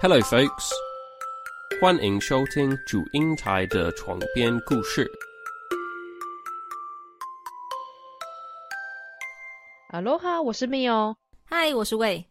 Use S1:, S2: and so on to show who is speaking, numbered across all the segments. S1: Hello, folks！欢迎收听主英台的床边故事。
S2: 哈喽哈，我是蜜哦。
S3: 嗨，我是魏。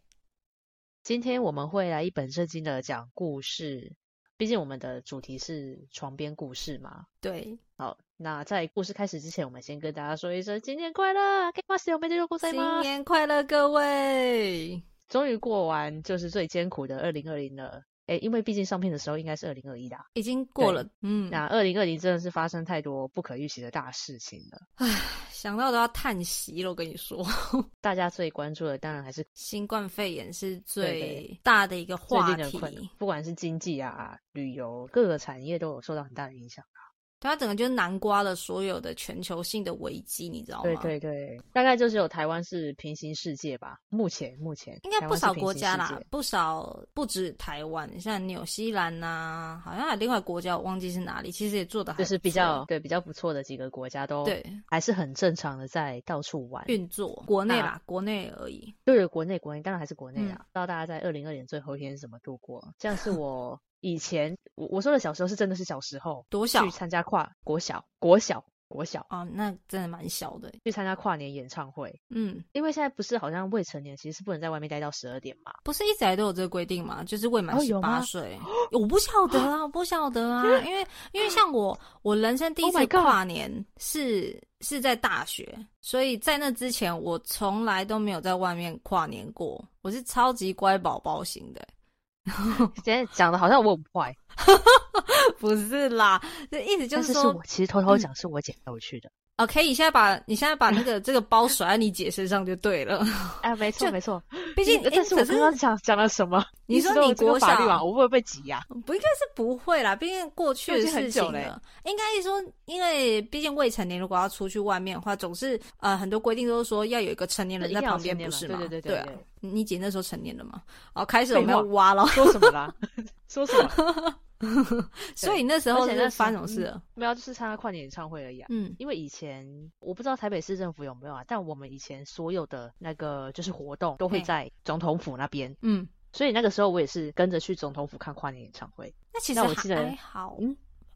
S2: 今天我们会来一本正经的讲故事，毕竟我们的主题是床边故事嘛。
S3: 对，
S2: 好，那在故事开始之前，我们先跟大家说一声新年快乐，给我有没有过在
S3: 新
S2: 吗？
S3: 年快乐，各位！
S2: 终于过完就是最艰苦的二零二零了。诶，因为毕竟上片的时候应该是二零二一啦。
S3: 已经过了，嗯，
S2: 那二零二零真的是发生太多不可预期的大事情了。
S3: 想到都要叹息了。我跟你说，
S2: 大家最关注的当然还是
S3: 新冠肺炎是
S2: 对
S3: 最
S2: 对
S3: 大的一个
S2: 最
S3: 话
S2: 近的困
S3: 题
S2: 难，，不管是经济啊、旅游各个产业都有受到很大的影响。
S3: 它整个就是南瓜了所有的全球性的危机，你知道吗？
S2: 对对对，大概就只有台湾是平行世界吧。目前目前
S3: 应该
S2: 台
S3: 不
S2: 湾是
S3: 少
S2: 平
S3: 国
S2: 行
S3: 家
S2: 世
S3: 啦
S2: 界，
S3: 不少不止台湾，像纽西兰呐、好像还有另外国家我忘记是哪里，其实也做的
S2: 就是比较哦对比较不错的几个国家都
S3: 对
S2: 还是很正常的在到处玩。
S3: 运作，国内啦
S2: 那，
S3: 国内而已。
S2: 对于国内国内当然还是国内啦，不
S3: 嗯
S2: 知道大家在二零二年最后一天是怎么度过？这样 是我以前我我说的小时候是真的是小时候
S3: 多小
S2: 去参加跨国小国小国小
S3: 啊？那真的蛮小的，
S2: 去参加跨年演唱会，
S3: 嗯，
S2: 因为现在不是好像未成年其实是不能在外面待到十二点嘛？
S3: 不是一直以来都有这个规定吗？就是未满
S2: 哦
S3: 十
S2: 有吗哦
S3: 八岁，我不晓得啊，我不晓得啊，因为因为像我，我人生第一
S2: Oh my
S3: 次
S2: God
S3: 跨年是、是在大学，所以在那之前我从来都没有在外面跨年过，我是超级乖宝宝型的，
S2: 现在讲的好像我很坏，
S3: 不是啦，这意思就
S2: 但是是
S3: 说
S2: 我其实偷偷
S3: 嗯
S2: 讲是我姐带我去的。
S3: 哦，可以现在把你现在把那个这个包甩在你姐身上就 对了，
S2: 哎，没错
S3: 就
S2: 没错，
S3: 毕竟
S2: 但是
S3: 诶
S2: 我
S3: 可
S2: 刚刚讲讲了什么？
S3: 你
S2: 一直
S3: 说
S2: 都有
S3: 你
S2: 这个
S3: 国
S2: 法律
S3: 小
S2: 啊，我 会不会急呀？
S3: 不应该是不会啦，毕竟过去
S2: 就已
S3: 的
S2: 经很
S3: 事情
S2: 久嘞
S3: 了。应该是说，因为毕竟未成年如果要出去外面的话，总是呃很多规定都是说要有一个成年人在旁边，不是吗？
S2: 对对
S3: 对
S2: 对
S3: 啊你姐那时候成年了嘛？哦，开始
S2: 废
S3: 我们要
S2: 话
S3: 挖了，
S2: 说什么啦？ 说什 么？
S3: 所以那时候
S2: 而且那时候嗯
S3: 是发生什么事了？
S2: 没有，就是参加跨年演唱会而已啊。
S3: 嗯，
S2: 因为以前我不知道台北市政府有没有啊，但我们以前所有的那个就是活动都会
S3: 嘿
S2: 在总统府那边，
S3: 嗯，
S2: 所以那个时候我也是跟着去总统府看跨年演唱会，
S3: 那其实
S2: 那我
S3: 还
S2: 记得
S3: 还好，
S2: 嗯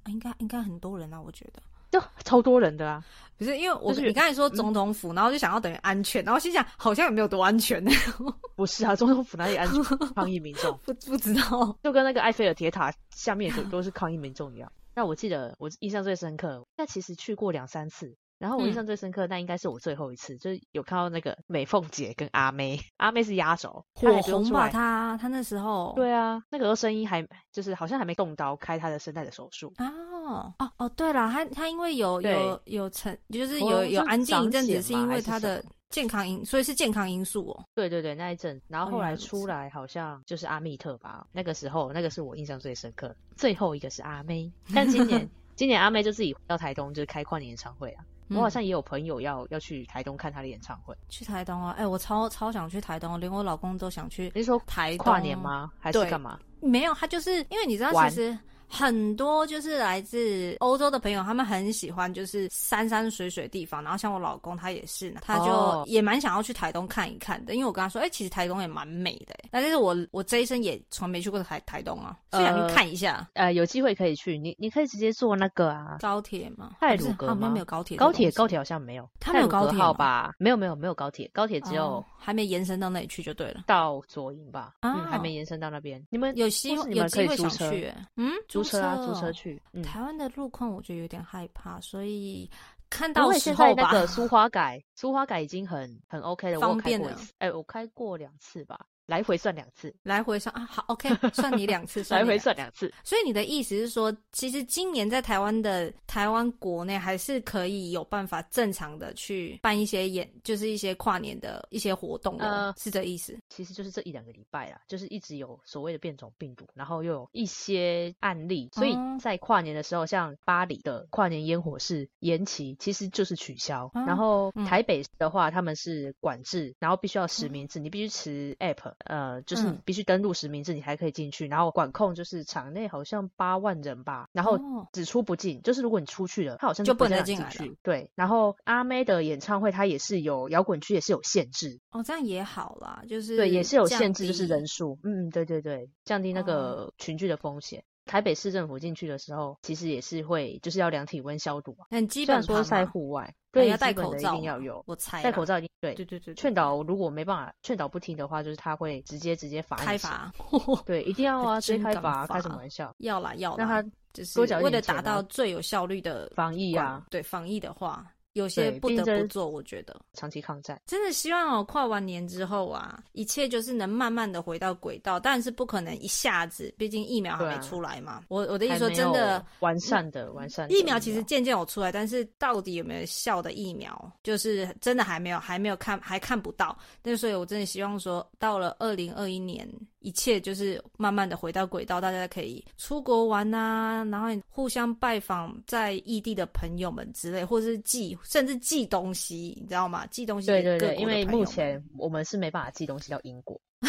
S3: 嗯，应该应该很多人啊，我觉得。
S2: 就超多人的啊。
S3: 不是因为我、
S2: 就是
S3: 你刚才说总统府，然后就想要等于安全，然后心想好像也没有多安全呢，
S2: 不是啊，总统府哪里安全抗议民众？
S3: 不不知道。
S2: 就跟那个埃菲尔铁塔下面都都是抗议民众一样。那我记得我印象最深刻，那其实去过两三次。然后我印
S3: 嗯
S2: 象最深刻，那应该是我最后一次，就是有看到那个美凤姐跟阿妹，阿妹是压轴，她
S3: 火
S2: 也不用
S3: 红
S2: 出
S3: 吧，
S2: 来
S3: 他他那时候
S2: 对啊，那个时候声音还就是好像还没动刀开她的声带的手术，
S3: 哦哦哦，对啦，他他因为有
S2: 对
S3: 有有成，就是
S2: 我
S3: 有
S2: 是
S3: 有安静一阵
S2: 长姐
S3: 子，是
S2: 吗
S3: 因
S2: 还
S3: 为
S2: 是
S3: 他
S2: 什
S3: 的健康因，所以是健康因素哦。
S2: 对对对，那一阵，然后
S3: 哦
S2: 后
S3: 原
S2: 来
S3: 来如
S2: 出
S3: 此
S2: 来好像就是阿密特吧，那个时候那个是我印象最深刻，最后一个是阿妹，但今 年今年阿妹就自己回到台东就是开跨年演唱会啊，我好
S3: 嗯
S2: 像也有朋友要要去台东看她的演唱会，
S3: 去台东啊，哎，我超超想去台东，连我老公都想去
S2: 你是说
S3: 台东
S2: 跨年？吗？还是
S3: 对
S2: 干嘛？
S3: 没有，他就是因为你知道，
S2: 玩
S3: 其实很多就是来自欧洲的朋友，他们很喜欢就是山山水水的地方。然后像我老公他也是呢，他
S2: 哦
S3: 就也蛮想要去台东看一看的。因为我跟他说，哎、其实台东也蛮美的、哎但是我我这一生也从没去过台台东啊，所以想
S2: 呃
S3: 去看一下。
S2: 呃，有机会可以去，你你可以直接坐那个啊，
S3: 高铁吗？
S2: 泰
S3: 啊不是
S2: 鲁格
S3: 他们
S2: 吗
S3: 没有高铁这
S2: 高
S3: 东西，
S2: 铁高铁好像没有，
S3: 它没有
S2: 泰鲁
S3: 高
S2: 格
S3: 铁
S2: 号
S3: 吗
S2: 吧？没有没有没有高铁，高铁只有
S3: 哦还没延伸到那里去就对了。
S2: 到左营吧，嗯，还
S3: 啊
S2: 没延伸到那边。你们
S3: 有希
S2: 或是你
S3: 有
S2: 们可
S3: 机
S2: 以
S3: 会
S2: 租
S3: 想
S2: 车
S3: 去、哎嗯，
S2: 租车啊，租
S3: 哦
S2: 车去，嗯。
S3: 台湾的路况我觉得有点害怕，所以看
S2: 因
S3: 到
S2: 为
S3: 时
S2: 现
S3: 候
S2: 在
S3: 吧
S2: 那。 个苏花改，苏花改已经很很 OK 了，我有
S3: 方
S2: 开
S3: 便
S2: 过一
S3: 了
S2: 次，哎、我开过两次吧，来回算两次，
S3: 来回算啊，好，OK，算 你两次，
S2: 来
S3: 你
S2: 回
S3: 两
S2: 算两次，
S3: 所以你的意思是说，其实今年在台湾的台湾国内还是可以有办法正常的去办一些演，就是一些跨年的一些活动哦，
S2: 呃
S3: 是这意思？
S2: 其实就是这一两个礼拜啦，就是一直有所谓的变种病毒，然后又有一些案例，所以
S3: 哦
S2: 在跨年的时候，像巴黎的跨年烟火是延期，其实就是取消。
S3: 啊
S2: 然后
S3: 嗯哦
S2: 台北的话，他们是管制，然后必须要实名制，你必须持 app，呃，就是你
S3: 嗯
S2: 必须登录实名制，你才可以进去。然后管控就是场内好像八万人吧，然后
S3: 哦
S2: 只出不进，就是如果你出去了，他好像
S3: 就不能
S2: 能
S3: 再进来了
S2: 去。对，然后阿妹的演唱会，它也是有摇滚区也是有限制，
S3: 哦，这样也好啦，就是
S2: 对，也是有
S3: 降
S2: 限制，就是
S3: 低哦
S2: 人数。嗯，对对对，降低那个群聚的风险。台北市政府进去的时候，其实也是会就是要量体温消毒啊，
S3: 很基
S2: 虽然
S3: 本
S2: 说
S3: 盘
S2: 在
S3: 嘛
S2: 户外，
S3: 还
S2: 对，
S3: 要戴
S2: 基本
S3: 口
S2: 的
S3: 罩
S2: 一定要
S3: 嘛
S2: 有。
S3: 我猜
S2: 戴
S3: 啦
S2: 口，罩一定对，
S3: 对对对，
S2: 劝导如果没办法，劝导不听的话，就是他会直接直接罚你
S3: 开
S2: 钱。
S3: 罚
S2: 对，一定要啊，
S3: 还
S2: 直接
S3: 真
S2: 开
S3: 敢
S2: 罚，
S3: 罚
S2: 开什么玩笑？
S3: 要啦要
S2: 让
S3: 啦，
S2: 他
S3: 就是
S2: 多缴一
S3: 为
S2: 点
S3: 了
S2: 钱
S3: 达
S2: 啊
S3: 到最有效率的
S2: 防疫
S3: 管
S2: 啊，
S3: 对防疫的话，有些
S2: 对
S3: 不
S2: 毕
S3: 得
S2: 竟这
S3: 不做，我觉得。
S2: 长期抗战。
S3: 真的希望哦，跨完年之后啊，一切就是能慢慢的回到轨道，但是不可能一下子，毕竟疫苗还
S2: 对啊
S3: 没出来嘛。我我的意思
S2: 还
S3: 说，
S2: 没
S3: 真的
S2: 有，完善的完善的
S3: 疫苗其实渐渐有出来，但是到底有没有效的疫苗，就是真的还没有，还没有看，还看不到。但是所以我真的希望说，到了二零二一年，一切就是慢慢的回到轨道，大家可以出国玩啊，然后互相拜访在异地的朋友们之类，或是寄，甚至寄东西，你知道吗？寄东西
S2: 对
S3: 给
S2: 对
S3: 各
S2: 对，
S3: 国
S2: 因
S3: 的
S2: 为
S3: 朋
S2: 目
S3: 友们
S2: 前我们是没办法寄东西到英国，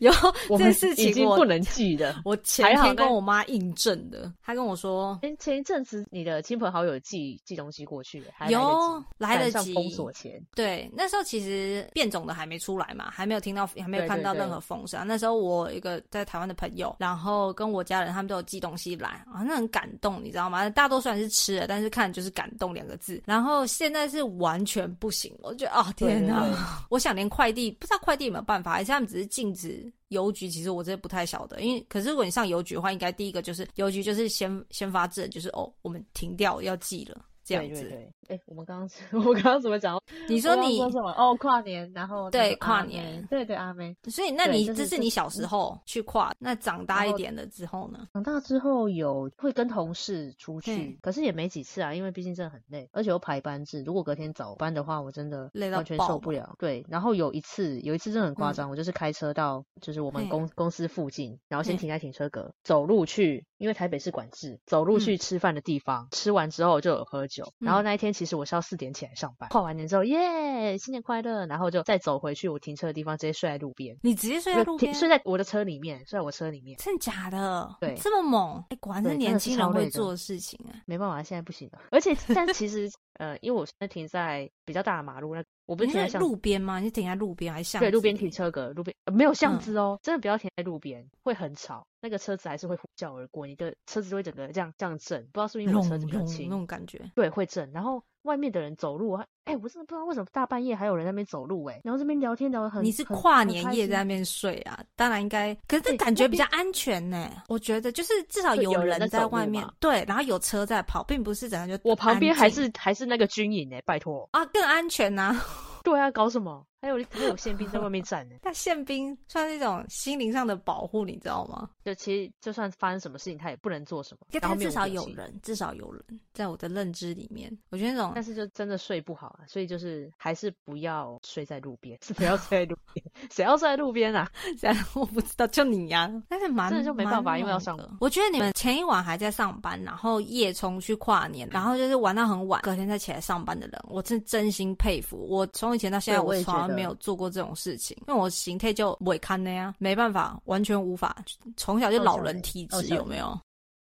S3: 有
S2: 我
S3: 这
S2: 们
S3: 事
S2: 已
S3: 情
S2: 经
S3: 我，
S2: 不能寄的。
S3: 我前天跟我妈印证的，她跟我说
S2: 前前一阵子你的亲朋好友寄寄东西过去，还来得及
S3: 有来
S2: 赶
S3: 得
S2: 上
S3: 及，
S2: 封锁前，
S3: 对，那时候其实变种的还没出来嘛，还没有听到，还没有
S2: 对
S3: 看
S2: 对
S3: 到
S2: 对
S3: 任何风声。那时候我有一个在台湾的朋友，然后跟我家人他们都有寄东西来啊，那很感动，你知道吗？大多数人是吃的，但是看就是感动两个字。然后现在是完全不行，我觉得哦天哪，
S2: 对对对
S3: 我想连快递不知道快递有没有办法，还是他们只是禁止邮局？其实我真的不太晓得，因为可是如果你上邮局的话，应该第一个就是邮局就是先先发制人，就是哦我们停掉要寄了这样
S2: 对
S3: 子。
S2: 对对。哎，我们刚 刚我刚刚怎么讲？
S3: 你说
S2: 我刚刚
S3: 你
S2: 什么？哦，跨年，然后那
S3: 对
S2: 个啊
S3: 跨
S2: 阿妹
S3: 年
S2: 对对阿妹。
S3: 所以，那
S2: 对
S3: 你
S2: 就是
S3: 这是
S2: 这
S3: 你小时候去跨，那长大
S2: 然
S3: 一
S2: 后
S3: 点了之后呢？
S2: 长大之后有会跟同事出去
S3: 嗯，
S2: 可是也没几次啊，因为毕竟真的很累，而且又排班制。如果隔天早班的话，我真的
S3: 累到
S2: 完全
S3: 爆嗯
S2: 受不了。对，然后有一次，有一次真的很夸张，我就是开车到就是我们
S3: 嘿
S2: 公公司附近，然后先
S3: 嘿
S2: 停在停车格，走路去，因为台北市管制，走路去吃饭的地方。吃完之后就有喝酒，然后
S3: 嗯
S2: 那一天其实我是要四点起来上班，跨完年之后耶，新年快乐，然后就再走回去我停车的地方，直接睡在路边，
S3: 你直接睡在
S2: 就
S3: 路
S2: 停
S3: 边，
S2: 睡在我的车里面，睡在我车里面。
S3: 真的假的？
S2: 对
S3: 这么猛！哎、果然
S2: 对
S3: 是
S2: 真
S3: 年
S2: 的是
S3: 轻
S2: 超
S3: 人
S2: 累
S3: 会
S2: 的
S3: 做的事情啊。
S2: 没办法，现在不行了。而且，但其实，呃，因为我现在停在比较大的马路那，我不
S3: 你
S2: 是
S3: 是
S2: 停在
S3: 在
S2: 巷
S3: 路边吗？你是停在路边还是巷子
S2: 对
S3: 里？
S2: 路边停车格，路边、呃没有巷
S3: 嗯
S2: 子哦，真的不要停在路边，会很吵，那个车子还是会呼叫而过，你的车子就会整个这样这样震，不知道是不是因为我
S3: 隆
S2: 车子比较
S3: 隆那
S2: 轻，
S3: 种感觉。
S2: 对，会震。然后外面的人走路啊，哎、我真的不知道为什么大半夜还有人在那边走路、哎，然后这边聊天聊得很，
S3: 你是
S2: 很
S3: 跨
S2: 很
S3: 年
S2: 开
S3: 夜
S2: 心
S3: 在那边睡啊？当然应该，可是这
S2: 对
S3: 感觉
S2: 那
S3: 比较安全呢、我觉得就是至少
S2: 对有人
S3: 人
S2: 在
S3: 在
S2: 走
S3: 外
S2: 路
S3: 面
S2: 嘛，
S3: 对，然后有车在跑，并不是怎样就
S2: 我旁
S3: 安
S2: 边还
S3: 静
S2: 是还是那个军营哎、拜托，
S3: 啊更安全呐、啊。
S2: 对啊，搞什么？还有还有宪兵在外面站呢、
S3: 那宪兵算是一种心灵上的保护，你知道吗？
S2: 就其实就算发生什么事情，他也不能做什么，
S3: 就
S2: 然
S3: 他
S2: 后没
S3: 至少
S2: 武
S3: 有
S2: 器
S3: 人，至少有人，在我的认知里面，我觉得那
S2: 但
S3: 种
S2: 是就真的睡不好啊，所以就是还是不要睡在路边， 是不要睡在路边，谁要睡在路边啊？
S3: 然后我不知道，就你呀、 但是蛮
S2: 真的就没办法
S3: 蛮
S2: 因为要
S3: 猛
S2: 上
S3: 的
S2: 班
S3: 我觉得你们前一晚还在上班，然后夜冲去跨年，然后就是玩到很晚，隔天再起来上班的人，我真真心佩服。我从以前到现在，
S2: 对我也
S3: 从
S2: 觉
S3: 来
S2: 得
S3: 没有做过这种事情，因为我形态就尾看那样，没办法，完全无法，从小就
S2: 哦
S3: 老
S2: 小
S3: 人
S2: 雷
S3: 体
S2: 哦
S3: 质，
S2: 小
S3: 有
S2: 雷
S3: 没有？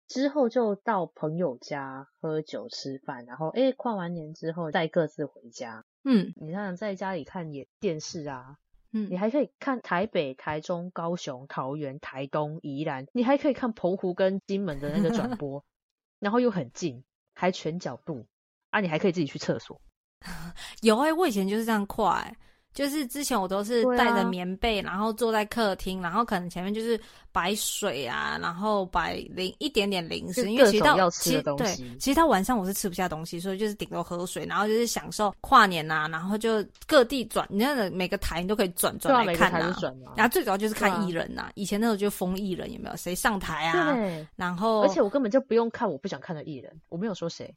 S2: 之后就到朋友家喝酒吃饭，然后诶跨完年之后再各自回家。
S3: 嗯
S2: 你想想在家里看也电视啊，
S3: 嗯
S2: 你，还可以看台北、台中、高雄、桃园、台东、宜兰，你还可以看澎湖跟金门的那个 转播，然后又很近，还全角度啊，你还可以自己去厕所。
S3: 有哎、我以前就是这样跨、欸，就是之前我都是
S2: 对啊
S3: 带着棉被，然后坐在客厅，然后可能前面就是摆水啊，然后摆零一点点零
S2: 就
S3: 食，因
S2: 各
S3: 为其实
S2: 种
S3: 到
S2: 要吃
S3: 其
S2: 的
S3: 实
S2: 东
S3: 对
S2: 西，
S3: 其实到晚上我是吃不下东西，所以就是顶多喝水，然后就是享受跨年呐、然后就各地转，你看每个台你都可以转
S2: 对啊，
S3: 转来
S2: 每个
S3: 看
S2: 台
S3: 呐、
S2: 都转啊。
S3: 然后最主要就是看
S2: 对啊
S3: 艺人呐、以前那时候就封艺人有没有谁上台啊？
S2: 对，
S3: 然后
S2: 而且我根本就不用看我不想看的艺人，我没有说谁。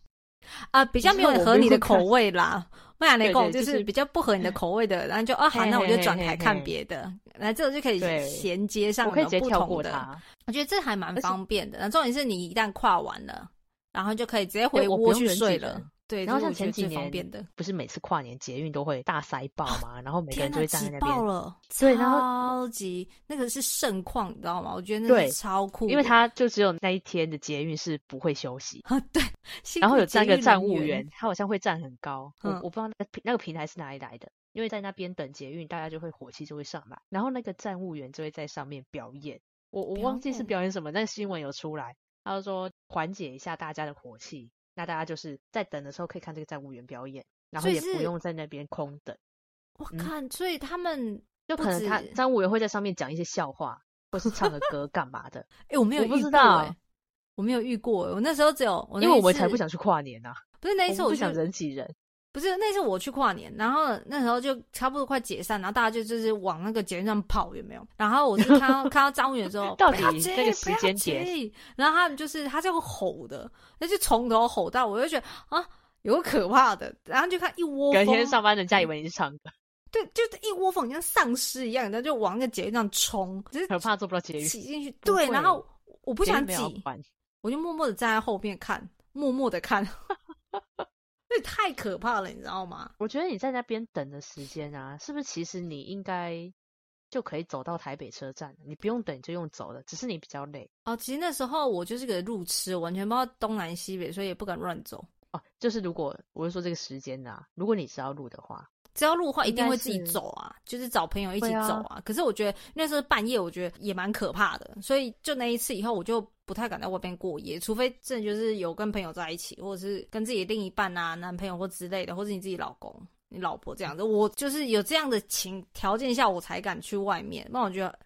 S3: 啊，比较没有
S2: 你知道我
S3: 合
S2: 不
S3: 你的
S2: 用
S3: 口
S2: 看
S3: 味啦。麦芽雷
S2: 对
S3: 公
S2: 对
S3: 就
S2: 就是嗯
S3: 是比较不合你的口味的，然后就啊好，
S2: 嘿
S3: 那我就
S2: 嘿
S3: 转
S2: 嘿
S3: 台
S2: 嘿
S3: 看
S2: 嘿
S3: 别的，然后这个就可以
S2: 对
S3: 衔接上
S2: 我可以
S3: 了
S2: 直接
S3: 不
S2: 跳
S3: 同
S2: 过
S3: 的
S2: 他，
S3: 我觉得这还蛮
S2: 而且
S3: 方便的。那重点是你一旦跨完了，然后就可以直接回
S2: 我不
S3: 窝
S2: 用
S3: 去
S2: 人挤
S3: 睡
S2: 人
S3: 了。对，
S2: 然后
S3: 这
S2: 像
S3: 是我觉
S2: 前
S3: 得
S2: 几
S3: 最方
S2: 年
S3: 便的，
S2: 不是每次跨年捷运都会大塞爆吗？然后每个人
S3: 天呐
S2: 就会，站在
S3: 挤
S2: 那
S3: 爆
S2: 边，
S3: 了，
S2: 对然后
S3: 超级那个是盛况，你知道吗？我觉得那
S2: 对
S3: 是超酷的，
S2: 因为他就只有那一天的捷运是不会休息，
S3: 啊， 对，辛
S2: 然后
S3: 苦
S2: 有
S3: 捷
S2: 站个
S3: 运
S2: 站
S3: 人
S2: 务
S3: 员
S2: 员，，他好像会站很高，
S3: 嗯
S2: 我我不知道那个平那个平台是哪里来的，因为在那边等捷运，大家就会火气就会上来，然后那个站务员就会在上面表演，我我
S3: 表
S2: 忘记是
S3: 演
S2: 表演什么，但新闻有出来，他就说缓解一下大家的火气，那大家就是在等的时候可以看这个站务员表演，然后
S3: 所以
S2: 也不
S3: 是
S2: 用在那边空等，
S3: 我
S2: 嗯
S3: 看，所以他们，
S2: 就
S3: 不
S2: 可能他
S3: 止
S2: 站务员会在上面讲一些笑话，或是唱个歌干嘛的，
S3: 哎，我没有
S2: 我不
S3: 遇
S2: 知
S3: 过
S2: 道
S3: 欸我没有遇过欸，我那时候只有， 我
S2: 因
S3: 那
S2: 为
S3: 一
S2: 我们才不
S3: 次，
S2: 想去跨年呐，
S3: 不是那一
S2: 我
S3: 次
S2: 们不
S3: 去
S2: 想人挤人，
S3: 不是，那是我去跨年，然后那时候就差不多快解散，然后大家就就是往那个捷运上跑，有没有？然后我是看 到看到张远之后，
S2: 到
S3: 不要
S2: 底
S3: 挤
S2: 那个
S3: 不
S2: 时
S3: 要
S2: 间点
S3: 挤然后他们就是他是用吼的，他就从头吼到尾，我就觉得啊，有个可怕的，然后就看一窝
S2: 隔
S3: 蜂，
S2: 天上班人家以为你是唱歌，
S3: 对，就是一窝蜂，像丧尸一样，然后就往那个捷运上冲，只
S2: 很
S3: 是
S2: 怕做不到捷运。
S3: 挤进去，
S2: 不
S3: 对，
S2: 会
S3: 然后我不
S2: 捷运
S3: 想
S2: 没有要
S3: 挤，
S2: 管
S3: 我就默默的站在后面看，默默的看， 这也太可怕了，你知道吗？
S2: 我觉得你在那边等的时间啊，是不是其实你应该就可以走到台北车站了？你不用等你就用走了，只是你比较累
S3: 哦，其实那时候我就是个路痴，完全不知道东南西北，所以也不敢乱走。
S2: 哦。就是如果我是说这个时间啊，如果你是要录的话，
S3: 只要路的话，一
S2: 应该
S3: 定会自己
S2: 是
S3: 走啊，就是找朋友一起
S2: 对啊
S3: 走啊。可是我觉得那时候半夜，我觉得也蛮可怕的，所以就那一次以后，我就不太敢在外边过夜，除非真的就是有跟朋友在一起，或者是跟自己的另一半啊、男朋友或之类的，或者你自己老公、你老婆这样子。我就是有这样的情条件下，我才敢去外面。那我觉得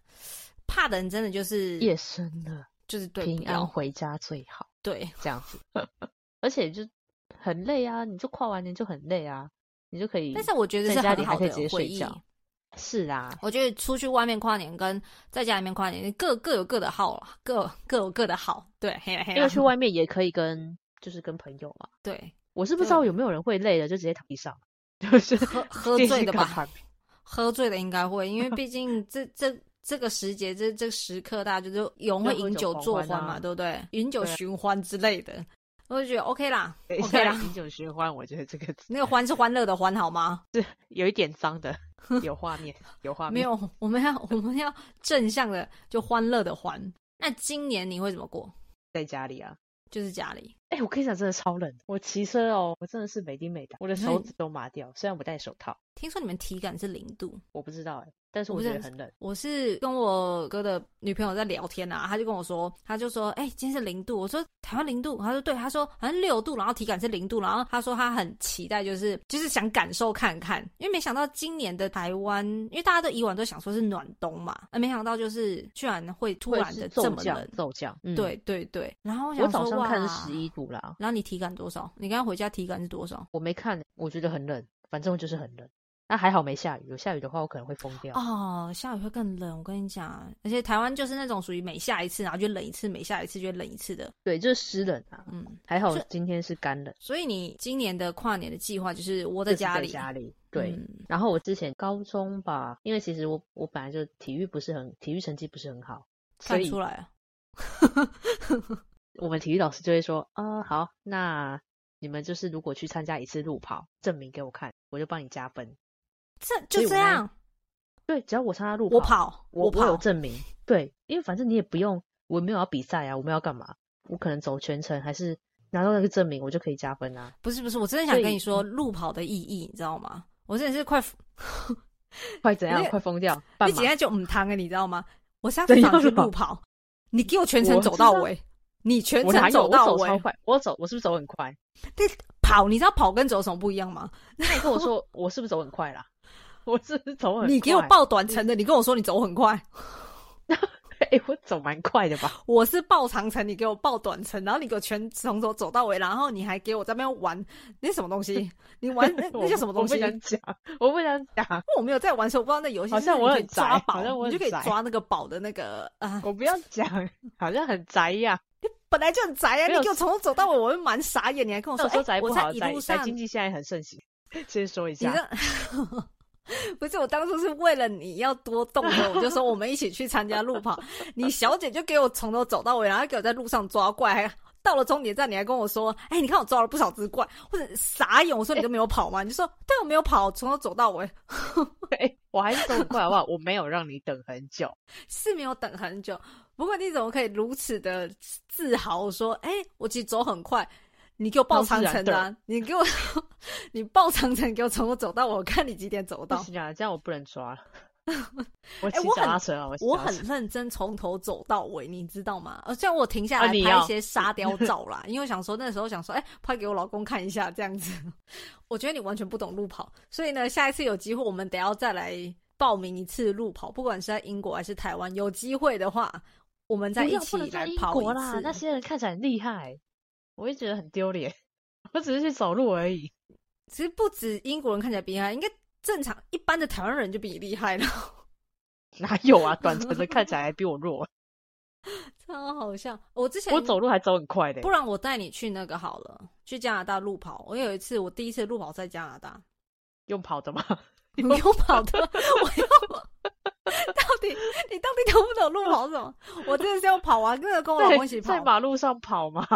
S3: 怕的人真的就是
S2: 夜深了，
S3: 就是对
S2: 平
S3: 不要
S2: 安回家最好，
S3: 对
S2: 这样子。而且就很累啊，你就跨完年就很累啊，你就可以
S3: 但是我觉得
S2: 在
S3: 是
S2: 家
S3: 很
S2: 里
S3: 好
S2: 还可以
S3: 的
S2: 直接
S3: 回
S2: 睡
S3: 忆。
S2: 觉。是啊，
S3: 我觉得出去外面跨年跟在家里面跨年，各各有各的好啦，各各有各的好。对，嘿啦嘿
S2: 因
S3: 啦
S2: 为去外面也可以跟就是跟朋友嘛。
S3: 对
S2: 我是不知
S3: 对
S2: 道有没有人会累了就直接躺地上， 就是
S3: 喝喝
S2: 电
S3: 醉
S2: 线
S3: 的
S2: 杆
S3: 吧，
S2: 旁
S3: 喝醉的应该会，因为毕竟这这这个时节，这这时刻，大家就是有人会饮酒作
S2: 就喝
S3: 欢嘛，
S2: 酒狂欢啊
S3: 对不对？饮酒
S2: 对啊
S3: 寻欢之类的，我就觉得 OK 啦
S2: 等一
S3: ，OK
S2: 下，
S3: 啦。
S2: 饮酒寻欢，我觉得这个词
S3: 那个欢是欢乐的欢，好吗？
S2: 有一点脏的，有画面，有画面。
S3: 没，有，我们要 我们要正向的，就欢乐的欢。那今年你会怎么过？
S2: 在家里啊。
S3: 就是家里，
S2: 哎、我跟你讲，真的超冷的。我骑车哦，我真的是没丁没胆，我的手
S3: 嗯
S2: 指都麻掉。虽然我戴手套，
S3: 听说你们体感是零度，
S2: 我不知道哎、但是
S3: 我
S2: 我
S3: 不
S2: 觉
S3: 知
S2: 得
S3: 道
S2: 很冷。
S3: 我是跟我哥的女朋友在聊天啊，他就跟我说，他就说，哎、今天是零度，我说台湾零度，他说对，他说好像六度，然后体感是零度，然后他说他很期待，就是就是想感受看看，因为没想到今年的台湾，因为大家都以往都想说是暖冬嘛，啊没想到就是居然会突
S2: 会
S3: 然
S2: 是
S3: 的
S2: 骤
S3: 这么
S2: 降
S3: 冷，，
S2: 骤降。嗯，
S3: 对对对，然后我
S2: 我
S3: 想
S2: 早
S3: 说
S2: 上看是
S3: 哇
S2: 十一度啦，
S3: 然后你体感多少？你刚刚回家体感是多少？
S2: 我没看，我觉得很冷，反正就是很冷。那还好没下雨，有下雨的话我可能会疯掉。
S3: 哦，下雨会更冷，我跟你讲，而且台湾就是那种属于每下一次，然后就冷一次，每下一次就冷一次的，
S2: 对，就是湿冷啊。
S3: 嗯。
S2: 还好
S3: 这
S2: 今天是干冷，
S3: 所以你今年的跨年的计划就是窝
S2: 就是
S3: 家
S2: 在
S3: 里，
S2: 家里。对，
S3: 嗯
S2: 然后我之前高中吧，因为其实我我本来就体育不是很，体育成绩不是很好，所
S3: 看
S2: 以
S3: 出来啊。
S2: 我们体育老师就会说，嗯，好，那你们就是如果去参加一次路跑，证明给我看，我就帮你加分。所以
S3: 这就
S2: 我
S3: 这
S2: 那
S3: 样，
S2: 对，只要我参加路
S3: 我，跑，
S2: 我
S3: 跑，
S2: 有证明。对，因为反正你也不用，我没有要比赛啊，我们要干嘛？我可能走全程，还是拿到那个证明，我就可以加分啊。
S3: 不是不是，我真的想
S2: 所
S3: 跟你
S2: 以
S3: 说路跑的意义，你知道吗？我真的是快，
S2: 快怎样
S3: 那？
S2: 快疯掉！
S3: 你
S2: 半
S3: 几
S2: 马
S3: 天就唔汤了，你知道吗？我上
S2: 怎
S3: 次想
S2: 样
S3: 去
S2: 了
S3: 路跑，你给我全程
S2: 我
S3: 走
S2: 知
S3: 到
S2: 道
S3: 尾，你全
S2: 我哪
S3: 程
S2: 有？
S3: 走到
S2: 我走
S3: 尾
S2: 超，快，我走，我是不是走很快？
S3: 跑，你知道跑跟走有什么不一样吗？
S2: 那你跟我 说，我是不是走很快啦？我是不是走很快？
S3: 你给我报短程的，你跟我说你走很快，
S2: 哎、我走蛮快的吧？
S3: 我是报长程，你给我报短程，然后你给我全从头走到尾，然后你还给我在那边玩那什么东 西？你玩那
S2: 我
S3: 那叫什么东西？
S2: 我不想讲，我不想讲，
S3: 我没有在玩的时候，我不知道那游戏
S2: 好像
S3: 是你
S2: 我
S3: 可以
S2: 很
S3: 抓
S2: 宅
S3: 宝，
S2: 好像我很
S3: 你就可以
S2: 宅
S3: 抓那个宝的那个啊，
S2: 我不要讲，好像很宅一样。
S3: 本来就很宅啊！
S2: 没
S3: 你
S2: 有
S3: 给我从头走到尾，我会蛮傻眼。你还跟我
S2: 那
S3: 说，
S2: 我说宅
S3: 哎、我
S2: 不
S3: 在
S2: 好，
S3: 一
S2: 宅
S3: 路
S2: 宅
S3: 上，
S2: 经
S3: 你
S2: 济现在很盛行，先说一下。
S3: 这 不是我当初是为了你要多动的，我就说 我们一起去参加路跑。你小姐就给我从头走到尾，然后给我在路上抓怪，还到了终点站，你还跟我说，哎、你看我抓了不少只怪，或者傻眼。我说你都没有跑吗？你就说对，我没有跑，从头走到尾
S2: 对哎我还是走很快好不好？我没有让你等很久，
S3: 是没有等很久。不过你怎么可以如此的自豪说，哎、我其实走很快。你给我报长城的、
S2: 当然
S3: 啊，你给我， 你报长城给我从我走到我，我看你几点走
S2: 不
S3: 到。
S2: 行啊，这样我不能抓 了。我骑
S3: 哎我
S2: 脚
S3: 很
S2: 踏车啊，我骑
S3: 我
S2: 脚踏
S3: 很
S2: 车
S3: 认真从头走到尾，你知道吗？而且我停下来
S2: 啊
S3: 拍
S2: 你要
S3: 一些 沙雕照啦，因为我想说那时候想说，哎、拍给我老公看一下这样子。 我觉得你完全不懂路跑，所以呢，下一次有机会我们得要再来报名一次路跑，不管是在英国还是台湾，有机会的话，我们再
S2: 不
S3: 一
S2: 要
S3: 起
S2: 不能
S3: 来
S2: 在英
S3: 跑
S2: 国
S3: 一
S2: 啦，
S3: 次。
S2: 那些人看起来很厉害，我就觉得很丢脸。 我只是去走路而已，
S3: 其实不止英国人看起来比你厉害，应该正常一般的台湾人就比你厉害了，
S2: 哪有啊？短程的看起来还比我弱，
S3: 超好笑。我之前
S2: 我走路还走很快的、
S3: 不然我带你去那个好了，去加拿大路跑。我有一次，我第一次路跑在加拿大，
S2: 用跑的吗？
S3: 你有跑的，我又到底你到底懂不懂路跑是什么？我真的是要跑完，跟着啊跟我老公一起
S2: 对，
S3: 跑
S2: 在，马路上跑吗？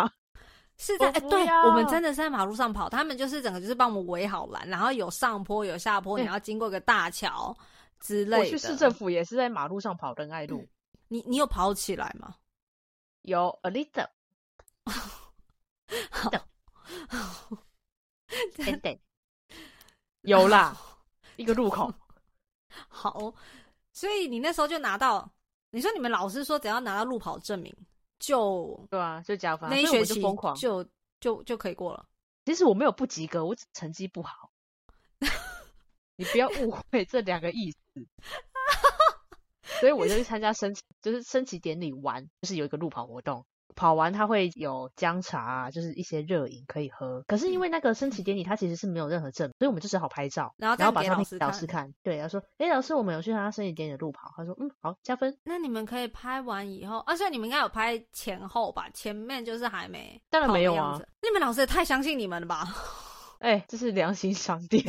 S3: 是在
S2: 我
S3: 哎、
S2: 不
S3: 对
S2: 要
S3: 我们真的是在马路上跑，他们就是整个就是帮我们围好栏，然后有上坡有下坡，
S2: 对
S3: 你要经过一个大桥之类的。嗯
S2: 我去市政，府也是在马路上跑仁爱路，
S3: 你你有跑起来吗？
S2: 有 a little 等等，有 啦，一个路口，
S3: 好，所以你那时候就拿到，你说你们老师说只要拿到路跑证明就
S2: 对啊，就加分啊，
S3: 那一
S2: 所以
S3: 学
S2: 我就
S3: 期
S2: 疯狂。
S3: 就就就可以过了。
S2: 其实我没有不及格，我只是成绩不好。 你不要误会这两个意思。所以我就去参加升旗，就是升旗典礼完，就是有一个路跑活动，跑完它会有姜茶啊，就是一些热饮可以喝。可是因为那个升旗典礼它其实是没有任何证明，所以我们就只好拍照，
S3: 然后再
S2: 然后把
S3: 给
S2: 照
S3: 老
S2: 片
S3: 师
S2: 给老师看。对，他说：“诶，老师，我们有去参加升旗典礼的路跑。”他说：“嗯，好，加分。
S3: 那你们可以拍完以后，啊，所以你们应该有拍前后吧？前面就是还没，
S2: 当然没有啊。
S3: 你们老师也太相信你们了吧？
S2: 诶，这是良心商店。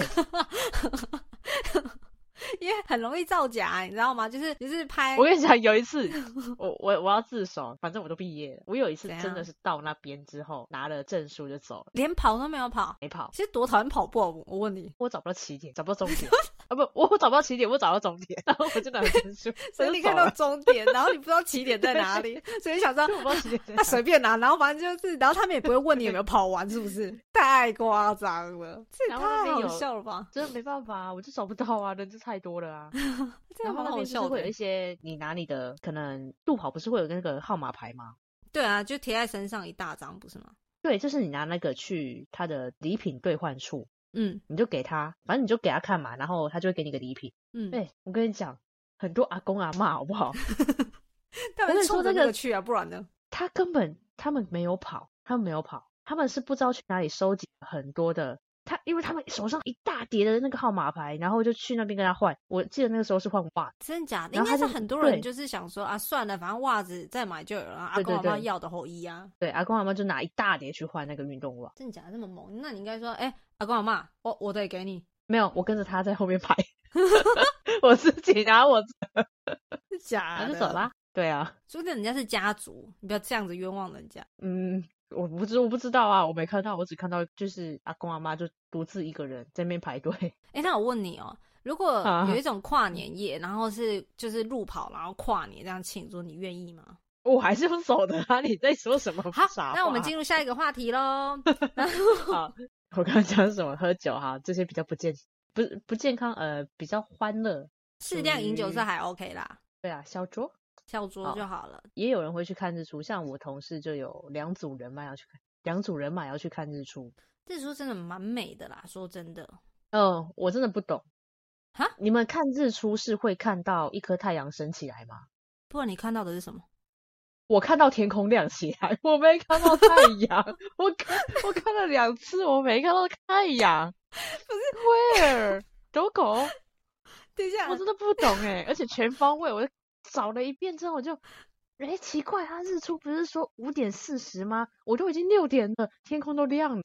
S3: 因为很容易造假，你知道吗？就是就是拍
S2: 我跟你讲，有一 次，我我我要自首，反正我都毕业了。我有一次
S3: 怎
S2: 真的
S3: 样
S2: 是到那边之后拿了证书就走了，
S3: 连跑都没有跑，
S2: 没跑。
S3: 其实多讨厌跑步啊！我我问你，
S2: 我找不到起点，找不到终 点啊！不，我我找不到起点，我找到终点，然后我就拿了证书，
S3: 所
S2: 我就
S3: 以你
S2: 走
S3: 看到
S2: 了
S3: 终点，然后你不知道起点在哪里，所以想说
S2: 啊 就我不知道起点在
S3: 那
S2: 哪。
S3: 随便拿，然后反正就是，然后他们也不会问你有没有跑完，是不是？太夸张了，这也
S2: 然后那
S3: 太
S2: 边
S3: 好
S2: 有
S3: 笑了吧！
S2: 真的没办法啊，我就找不到啊，人就太多了 啊。
S3: 这
S2: 然
S3: 样
S2: 后
S3: 蛮
S2: 那
S3: 好
S2: 边就
S3: 笑
S2: 是
S3: 的。
S2: 会
S3: 欸
S2: 有一些，你拿你的可能路跑不是会有那个号码牌吗？
S3: 对啊，就贴在身上一大张，不是吗？
S2: 对，就是你拿那个去他的礼品兑换处，
S3: 嗯
S2: 你就给他，反正你就给他看嘛，然后他就会给你个礼品。
S3: 嗯，
S2: 哎、我跟你讲，很多阿公阿嬷好不好？
S3: 当
S2: 我跟
S3: 然
S2: 你说
S3: 冲着
S2: 那
S3: 那
S2: 个
S3: 个去啊，不然呢？
S2: 他根本他们没有跑，他们没有跑，他们是不知道去哪里收集很多的。他因为他们手上一大叠的那个号码牌，然后就去那边跟他换。我记得那个时候是换袜，
S3: 真的假
S2: 然
S3: 的？应
S2: 后
S3: 该
S2: 他
S3: 是
S2: 就
S3: 很多人
S2: 对
S3: 就是想说啊，算了，反正袜子再买就有了啊，阿
S2: 对
S3: 公
S2: 对
S3: 阿妈
S2: 对
S3: 要的后衣啊。
S2: 对，阿公阿妈就拿一大叠去换那个运动袜。
S3: 真的假的这么猛？那你应该说，哎、阿公阿妈，我我得给你，
S2: 没有，我跟着他在后面 排，我自己拿我，
S3: 是假
S2: 拿
S3: 的。
S2: 就走啦。对啊，
S3: 说不定人家是家族，你不要这样子冤枉人家。
S2: 嗯，我不知我不知道啊，我没看到，我只看到就是阿公阿妈就独自一个人在那边排队。
S3: 哎、那我问你哦、如果
S2: 啊
S3: 有一种跨年夜，然后是就是路跑，然后跨年这样庆祝，你愿意吗？
S2: 我还是用手的啊！你在说什么？
S3: 好
S2: 傻，
S3: 那我们
S2: 话
S3: 进入下一个话题喽。
S2: 好，我刚刚讲什么？喝酒哈，这些比较不健，不是不健康，呃，比较欢乐。
S3: 适量饮酒是
S2: 嗯
S3: 还 OK 啦，
S2: 对啊，小酌
S3: 小酌
S2: 好
S3: 就好了。
S2: 也有人会去看日出，像我同事就有两组人嘛要去看，两组人嘛要去看日出。
S3: 这时候真的蛮美的啦，说真的，
S2: 嗯、我真的不懂
S3: 哈，
S2: 你们看日出是会看到一颗太阳升起来吗？
S3: 不然你看到的是什么？
S2: 我看到天空亮起来，我没看到太阳。我看我看了两次，我没看到太 阳。不是 where 狗狗。
S3: 等一下
S2: 我真的不懂哎、而且全方位，我找了一遍之后，我就，哎、奇怪，它日出不是说五点四十吗？我都已经六点了，天空都亮了。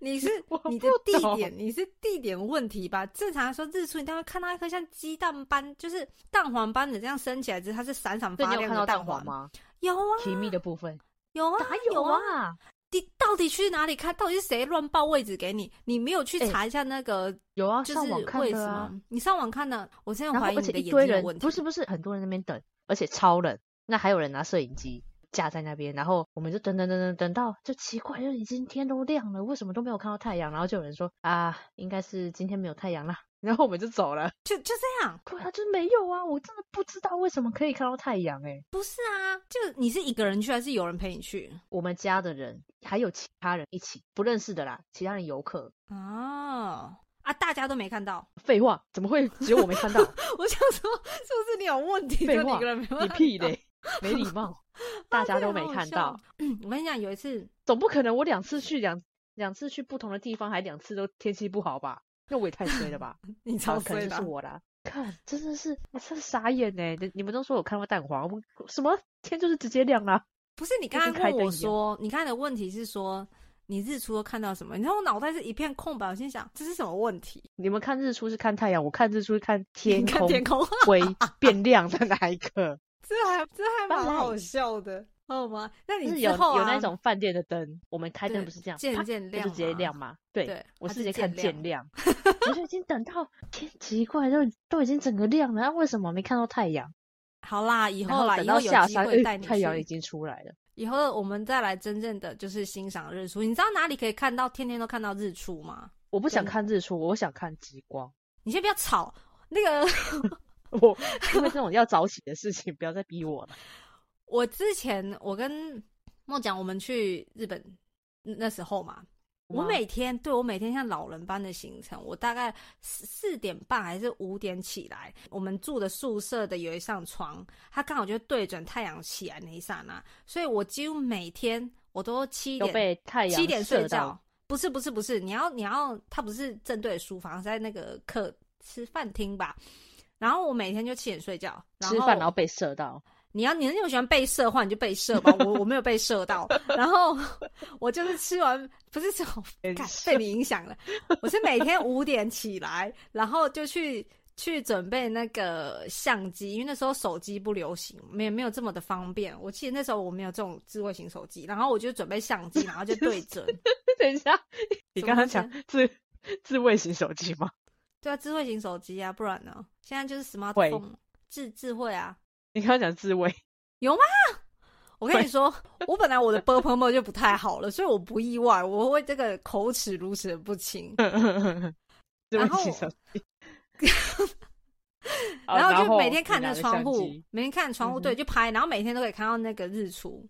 S3: 你是
S2: 我
S3: 你的
S2: 不
S3: 地
S2: 懂
S3: 点，你是地点问题吧？正常来说，日出你当然看到一颗像鸡蛋般，就是蛋黄般的这样升起来，只是它是闪闪
S2: 对，
S3: 发
S2: 你有
S3: 亮
S2: 看到
S3: 的
S2: 蛋
S3: 蛋
S2: 黄
S3: 黄？
S2: 吗？
S3: 有啊，
S2: 提密的部分，
S3: 有啊
S2: 哪
S3: 有
S2: 有啊？
S3: 你到底去哪里看？到底是谁乱报位置给你？你没有去
S2: 哎
S3: 查一下那个
S2: 有啊，
S3: 就
S2: 上
S3: 是
S2: 网看
S3: 位置
S2: 的啊。
S3: 吗？你上网看的，我现在
S2: 然后
S3: 怀疑
S2: 而
S3: 你
S2: 且
S3: 的
S2: 一
S3: 眼睛
S2: 堆
S3: 有
S2: 人
S3: 问题。
S2: 不是不是很多人在那边等，而且超冷，那还有人拿摄影机架在那边，然后我们就等等等等等到就奇怪，就已经天都亮了，为什么都没有看到太阳？然后就有人说啊，应该是今天没有太阳啦， 然后我们就走了。
S3: 就就这样，
S2: 对啊，就是没有啊，我真的不知道为什么可以看到太阳诶、欸
S3: 不是啊？就你是一个人去还是有人陪你去
S2: 我们家的人还有其他人一起不认识的啦，其他人游客。
S3: 哦，啊，大家都没看到。
S2: 废话，怎么会只有我没看到？
S3: 我想说，是不是你有问题？
S2: 废
S3: 就你一
S2: 话
S3: 个人没办
S2: 你
S3: 法
S2: 屁
S3: 看到
S2: 嘞，没礼 貌，大家都没看到。。
S3: 嗯，我跟你讲，有一次
S2: 总不可能我两次去两两次去不同的地方，还两次都天气不好吧？那我也太衰了吧！
S3: 你
S2: 好
S3: 超
S2: 了可
S3: 衰
S2: 能
S3: 的
S2: 就
S3: 啊
S2: 是，我啦。看，真的是，我真的傻眼呢！你你们都说我看到蛋黄，我什么天就是直接亮啊啦。
S3: 不是你刚
S2: 跟
S3: 刚
S2: 开
S3: 问
S2: 灯
S3: 我
S2: 一样
S3: 说，你刚才的问题是说你日出都看到什么？你知道我脑袋是一片空白，我心想这是什么问题？
S2: 你们看日出是看太阳，我看日出是看天
S3: 你看
S2: 空
S3: 天空，
S2: 灰变亮的那一刻。
S3: 这还这还
S2: 本
S3: 蛮
S2: 来
S3: 好笑的，好吗？那
S2: 就
S3: 你
S2: 是
S3: 之
S2: 有
S3: 后啊，
S2: 有那种饭店的灯，我们开
S3: 对
S2: 灯不是这样，
S3: 渐
S2: 啪
S3: 渐
S2: 我就直接
S3: 亮
S2: 亮嘛。对，
S3: 对
S2: 我
S3: 它
S2: 是
S3: 是
S2: 直接
S3: 渐
S2: 看
S3: 亮
S2: 渐亮， 我就已经等到天奇怪都都已经整个亮了，那为什么没看到太阳？
S3: 好啦，以
S2: 然
S3: 后啦，
S2: 等
S3: 以
S2: 到
S3: 后有
S2: 下
S3: 机
S2: 山，
S3: 会
S2: 哎
S3: 带你
S2: 太阳已
S3: 去，
S2: 经出来了。
S3: 以后我们再来真正的就是欣赏日出。你知道哪里可以看到天天都看到日出吗？
S2: 我不想
S3: 真的
S2: 看日出，我想看极光。
S3: 你先不要吵，那个
S2: 我因为这种要早起的事情，不要再逼我了。
S3: 我之前我跟梦讲，我们去日本那时候嘛，我
S2: 哇
S3: 每天对我每天像老人般的行程，我大概四四点半还是五点起来，我们住的宿舍的有一扇窗，它刚好就对准太阳起来那一刹那，所以我几乎每天我都七
S2: 要
S3: 点
S2: 被太阳
S3: 七点睡
S2: 射
S3: 觉
S2: 到，，
S3: 不是不是不是，你要你要，它不是正对书房，是在那个客吃饭厅吧。然后我每天就七点睡觉，然后
S2: 吃饭然后被射到，
S3: 你要你那种喜欢被射的话，你就被射吧。我我没有被射到，然后我就是吃完不是这种，干被你影响了。我是每天五点起来，然后就去去准备那个相机，因为那时候手机不流行，没有没有这么的方便。我记得那时候我没有这种智慧型手机，然后我就准备相机，然后就对准。
S2: 等一下，你
S3: 什
S2: 刚
S3: 么啊
S2: 刚讲自自卫型手机吗？
S3: 对啊，智慧型手机啊，不然呢？现在就是 smartphone
S2: 会
S3: 智智慧啊。
S2: 你刚刚讲自卫，
S3: 我跟你说，我本来我的 b u r p l e 就不太好了，所以我不意外，我会这个口齿如此的不清。
S2: 自卫
S3: 然后
S2: 型手机。 哦
S3: 然后就每
S2: 你
S3: 天看
S2: 拿
S3: 那
S2: 着
S3: 窗
S2: 相
S3: 户
S2: 机，
S3: 每天看窗户，
S2: 嗯哼
S3: 对，就拍，然后每天都可以看到那个日出，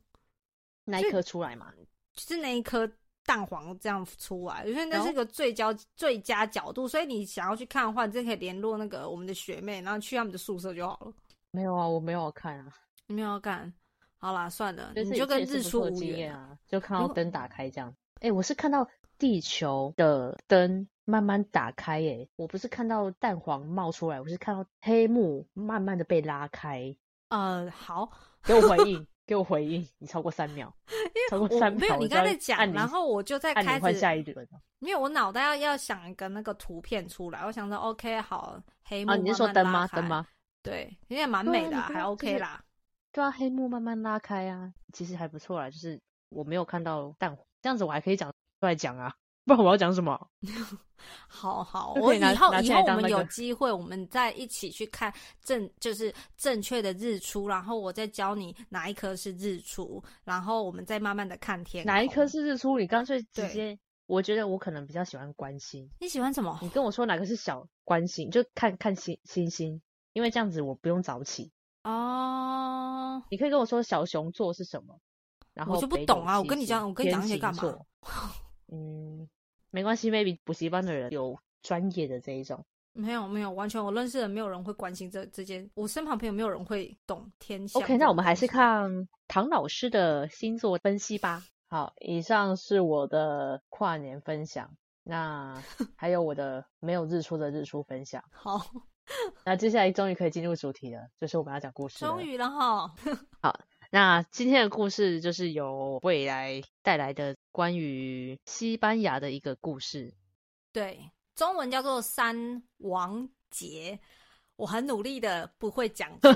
S2: 那
S3: 就
S2: 一刻出来嘛？
S3: 就是那一颗蛋黄这样出来，因为那
S2: 然后
S3: 是个最佳最佳角度，所以你想要去看的话，你真的可以联络那个我们的学妹，然后去他们的宿舍就好了。
S2: 没有啊，我没有看啊，
S3: 你没有要干，好啦，算了，
S2: 就是
S3: 你就跟
S2: 也是
S3: 日
S2: 不
S3: 出
S2: 错的
S3: 无
S2: 经
S3: 缘
S2: 验
S3: 啊。
S2: 啊，就看
S3: 如
S2: 到
S3: 果
S2: 灯打开这样。哎，我是看到地球的灯慢慢打开，哎，我不是看到蛋黄冒出来，我是看到黑幕慢慢的被拉开。
S3: 呃，好，
S2: 给我回 应，给我回应，你超过三秒，超过
S3: 我
S2: 三秒。
S3: 没有你
S2: 我就
S3: 刚才
S2: 要
S3: 在讲
S2: 按，你
S3: 然后我就在
S2: 按
S3: 开
S2: 你换
S3: 始
S2: 下一轮了
S3: 因为我脑袋要要想一个那个图片出来，我想说 OK 好，黑幕
S2: 啊！你是说
S3: 慢慢
S2: 灯吗？
S3: 拉开
S2: 灯？吗？
S3: 对，因为蛮美
S2: 对啊
S3: 的啊、
S2: 你刚刚
S3: 还 OK 啦。
S2: 对啊，黑幕慢慢拉开啊，其实还不错啦。就是我没有看到蛋黄，这样子我还可以讲出来讲啊，不然我要讲什么？
S3: 好好，
S2: 就
S3: 我
S2: 可以
S3: 以
S2: 拿
S3: 后
S2: 拿
S3: 以
S2: 起来
S3: 后我
S2: 当
S3: 们
S2: 那
S3: 有
S2: 个
S3: 机会，我们再一起去看正就是正确的日出，然后我再教你哪一颗是日出，然后我们再慢慢的看天。
S2: 哪一颗？是日出？你干脆
S3: 对
S2: 直接，我觉得我可能比较喜欢关心。
S3: 你喜欢什么？
S2: 你跟我说哪个是小关心，就看看星星星，因为这样子我不用早起。
S3: 哦，
S2: 你可以跟我说小熊座是什么，然后
S3: 我就不
S2: 北
S3: 懂
S2: 斗
S3: 啊我
S2: 七
S3: 跟你
S2: 星
S3: 讲我跟你讲
S2: 天
S3: 这些干
S2: 行
S3: 嘛
S2: 座？嗯，没关系，maybe 补习班的人有专业的这一种。
S3: 没有没有，完全我认识的没有人会关心这这件，我身旁朋友没有人会懂天象这种东西。
S2: OK，那我们还是看唐老师的星座分析吧。好，以上是我的跨年分享， 那还有我的没有日出的日出分享。
S3: 好，
S2: 那接下来终于可以进入主题了，就是我啊们要讲故事了。
S3: 终于了哈。
S2: 那今天的故事就是由未来带来的关于西班牙的一个故事。
S3: 对，中文叫做三王节。我很努力的不会讲错，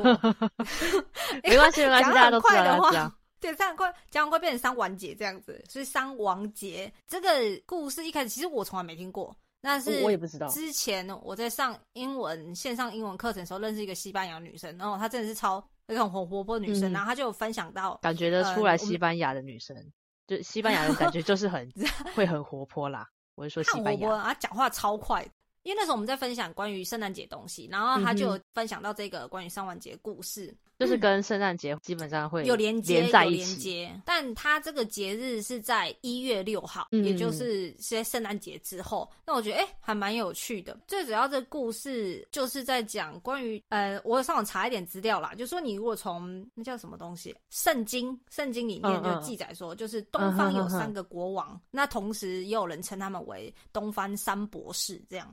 S2: 没关系，没关系，大
S3: 讲
S2: 家
S3: 得
S2: 都知
S3: 很
S2: 道，
S3: 快
S2: 大
S3: 的
S2: 家知道
S3: 话，对，这样快，这样会变成伤亡节这样子，所以伤亡节这个故事一开始其实我从来没听过，那是
S2: 我我也不知道
S3: 之前我在上英文线上英文课程的时候认识一个西班牙女生，然后她真的是超那种很活泼的女生，
S2: 嗯
S3: 然后她就有分享到，
S2: 感觉得
S3: 呃
S2: 出来
S3: 我
S2: 西
S3: 们
S2: 班牙的女生，就西班牙人 感觉就是很会很活泼啦。我是说
S3: 看
S2: 西
S3: 活
S2: 班
S3: 泼，
S2: 牙，
S3: 然后讲话超快。因为那时候我们在分享关于圣诞节的东西，然
S2: 嗯
S3: 后他就有分享到这个关于上完节的故事，
S2: 就是跟圣诞节基本上会
S3: 嗯有连接，
S2: 在
S3: 有
S2: 一
S3: 连
S2: 起。
S3: 接。但它这个节日是在一月六号，
S2: 嗯
S3: 也就是在圣诞节之后。那我觉得哎、诶还蛮有趣的。最主要这故事就是在讲关于呃，我有上网查一点资料啦，就说你如果从那叫什么东西，圣经，圣经里面
S2: 嗯
S3: 就
S2: 嗯
S3: 记载说，就是东方
S2: 嗯
S3: 有
S2: 哼哼哼
S3: 三个国王，那同时也有人称他们为东方三博士这样。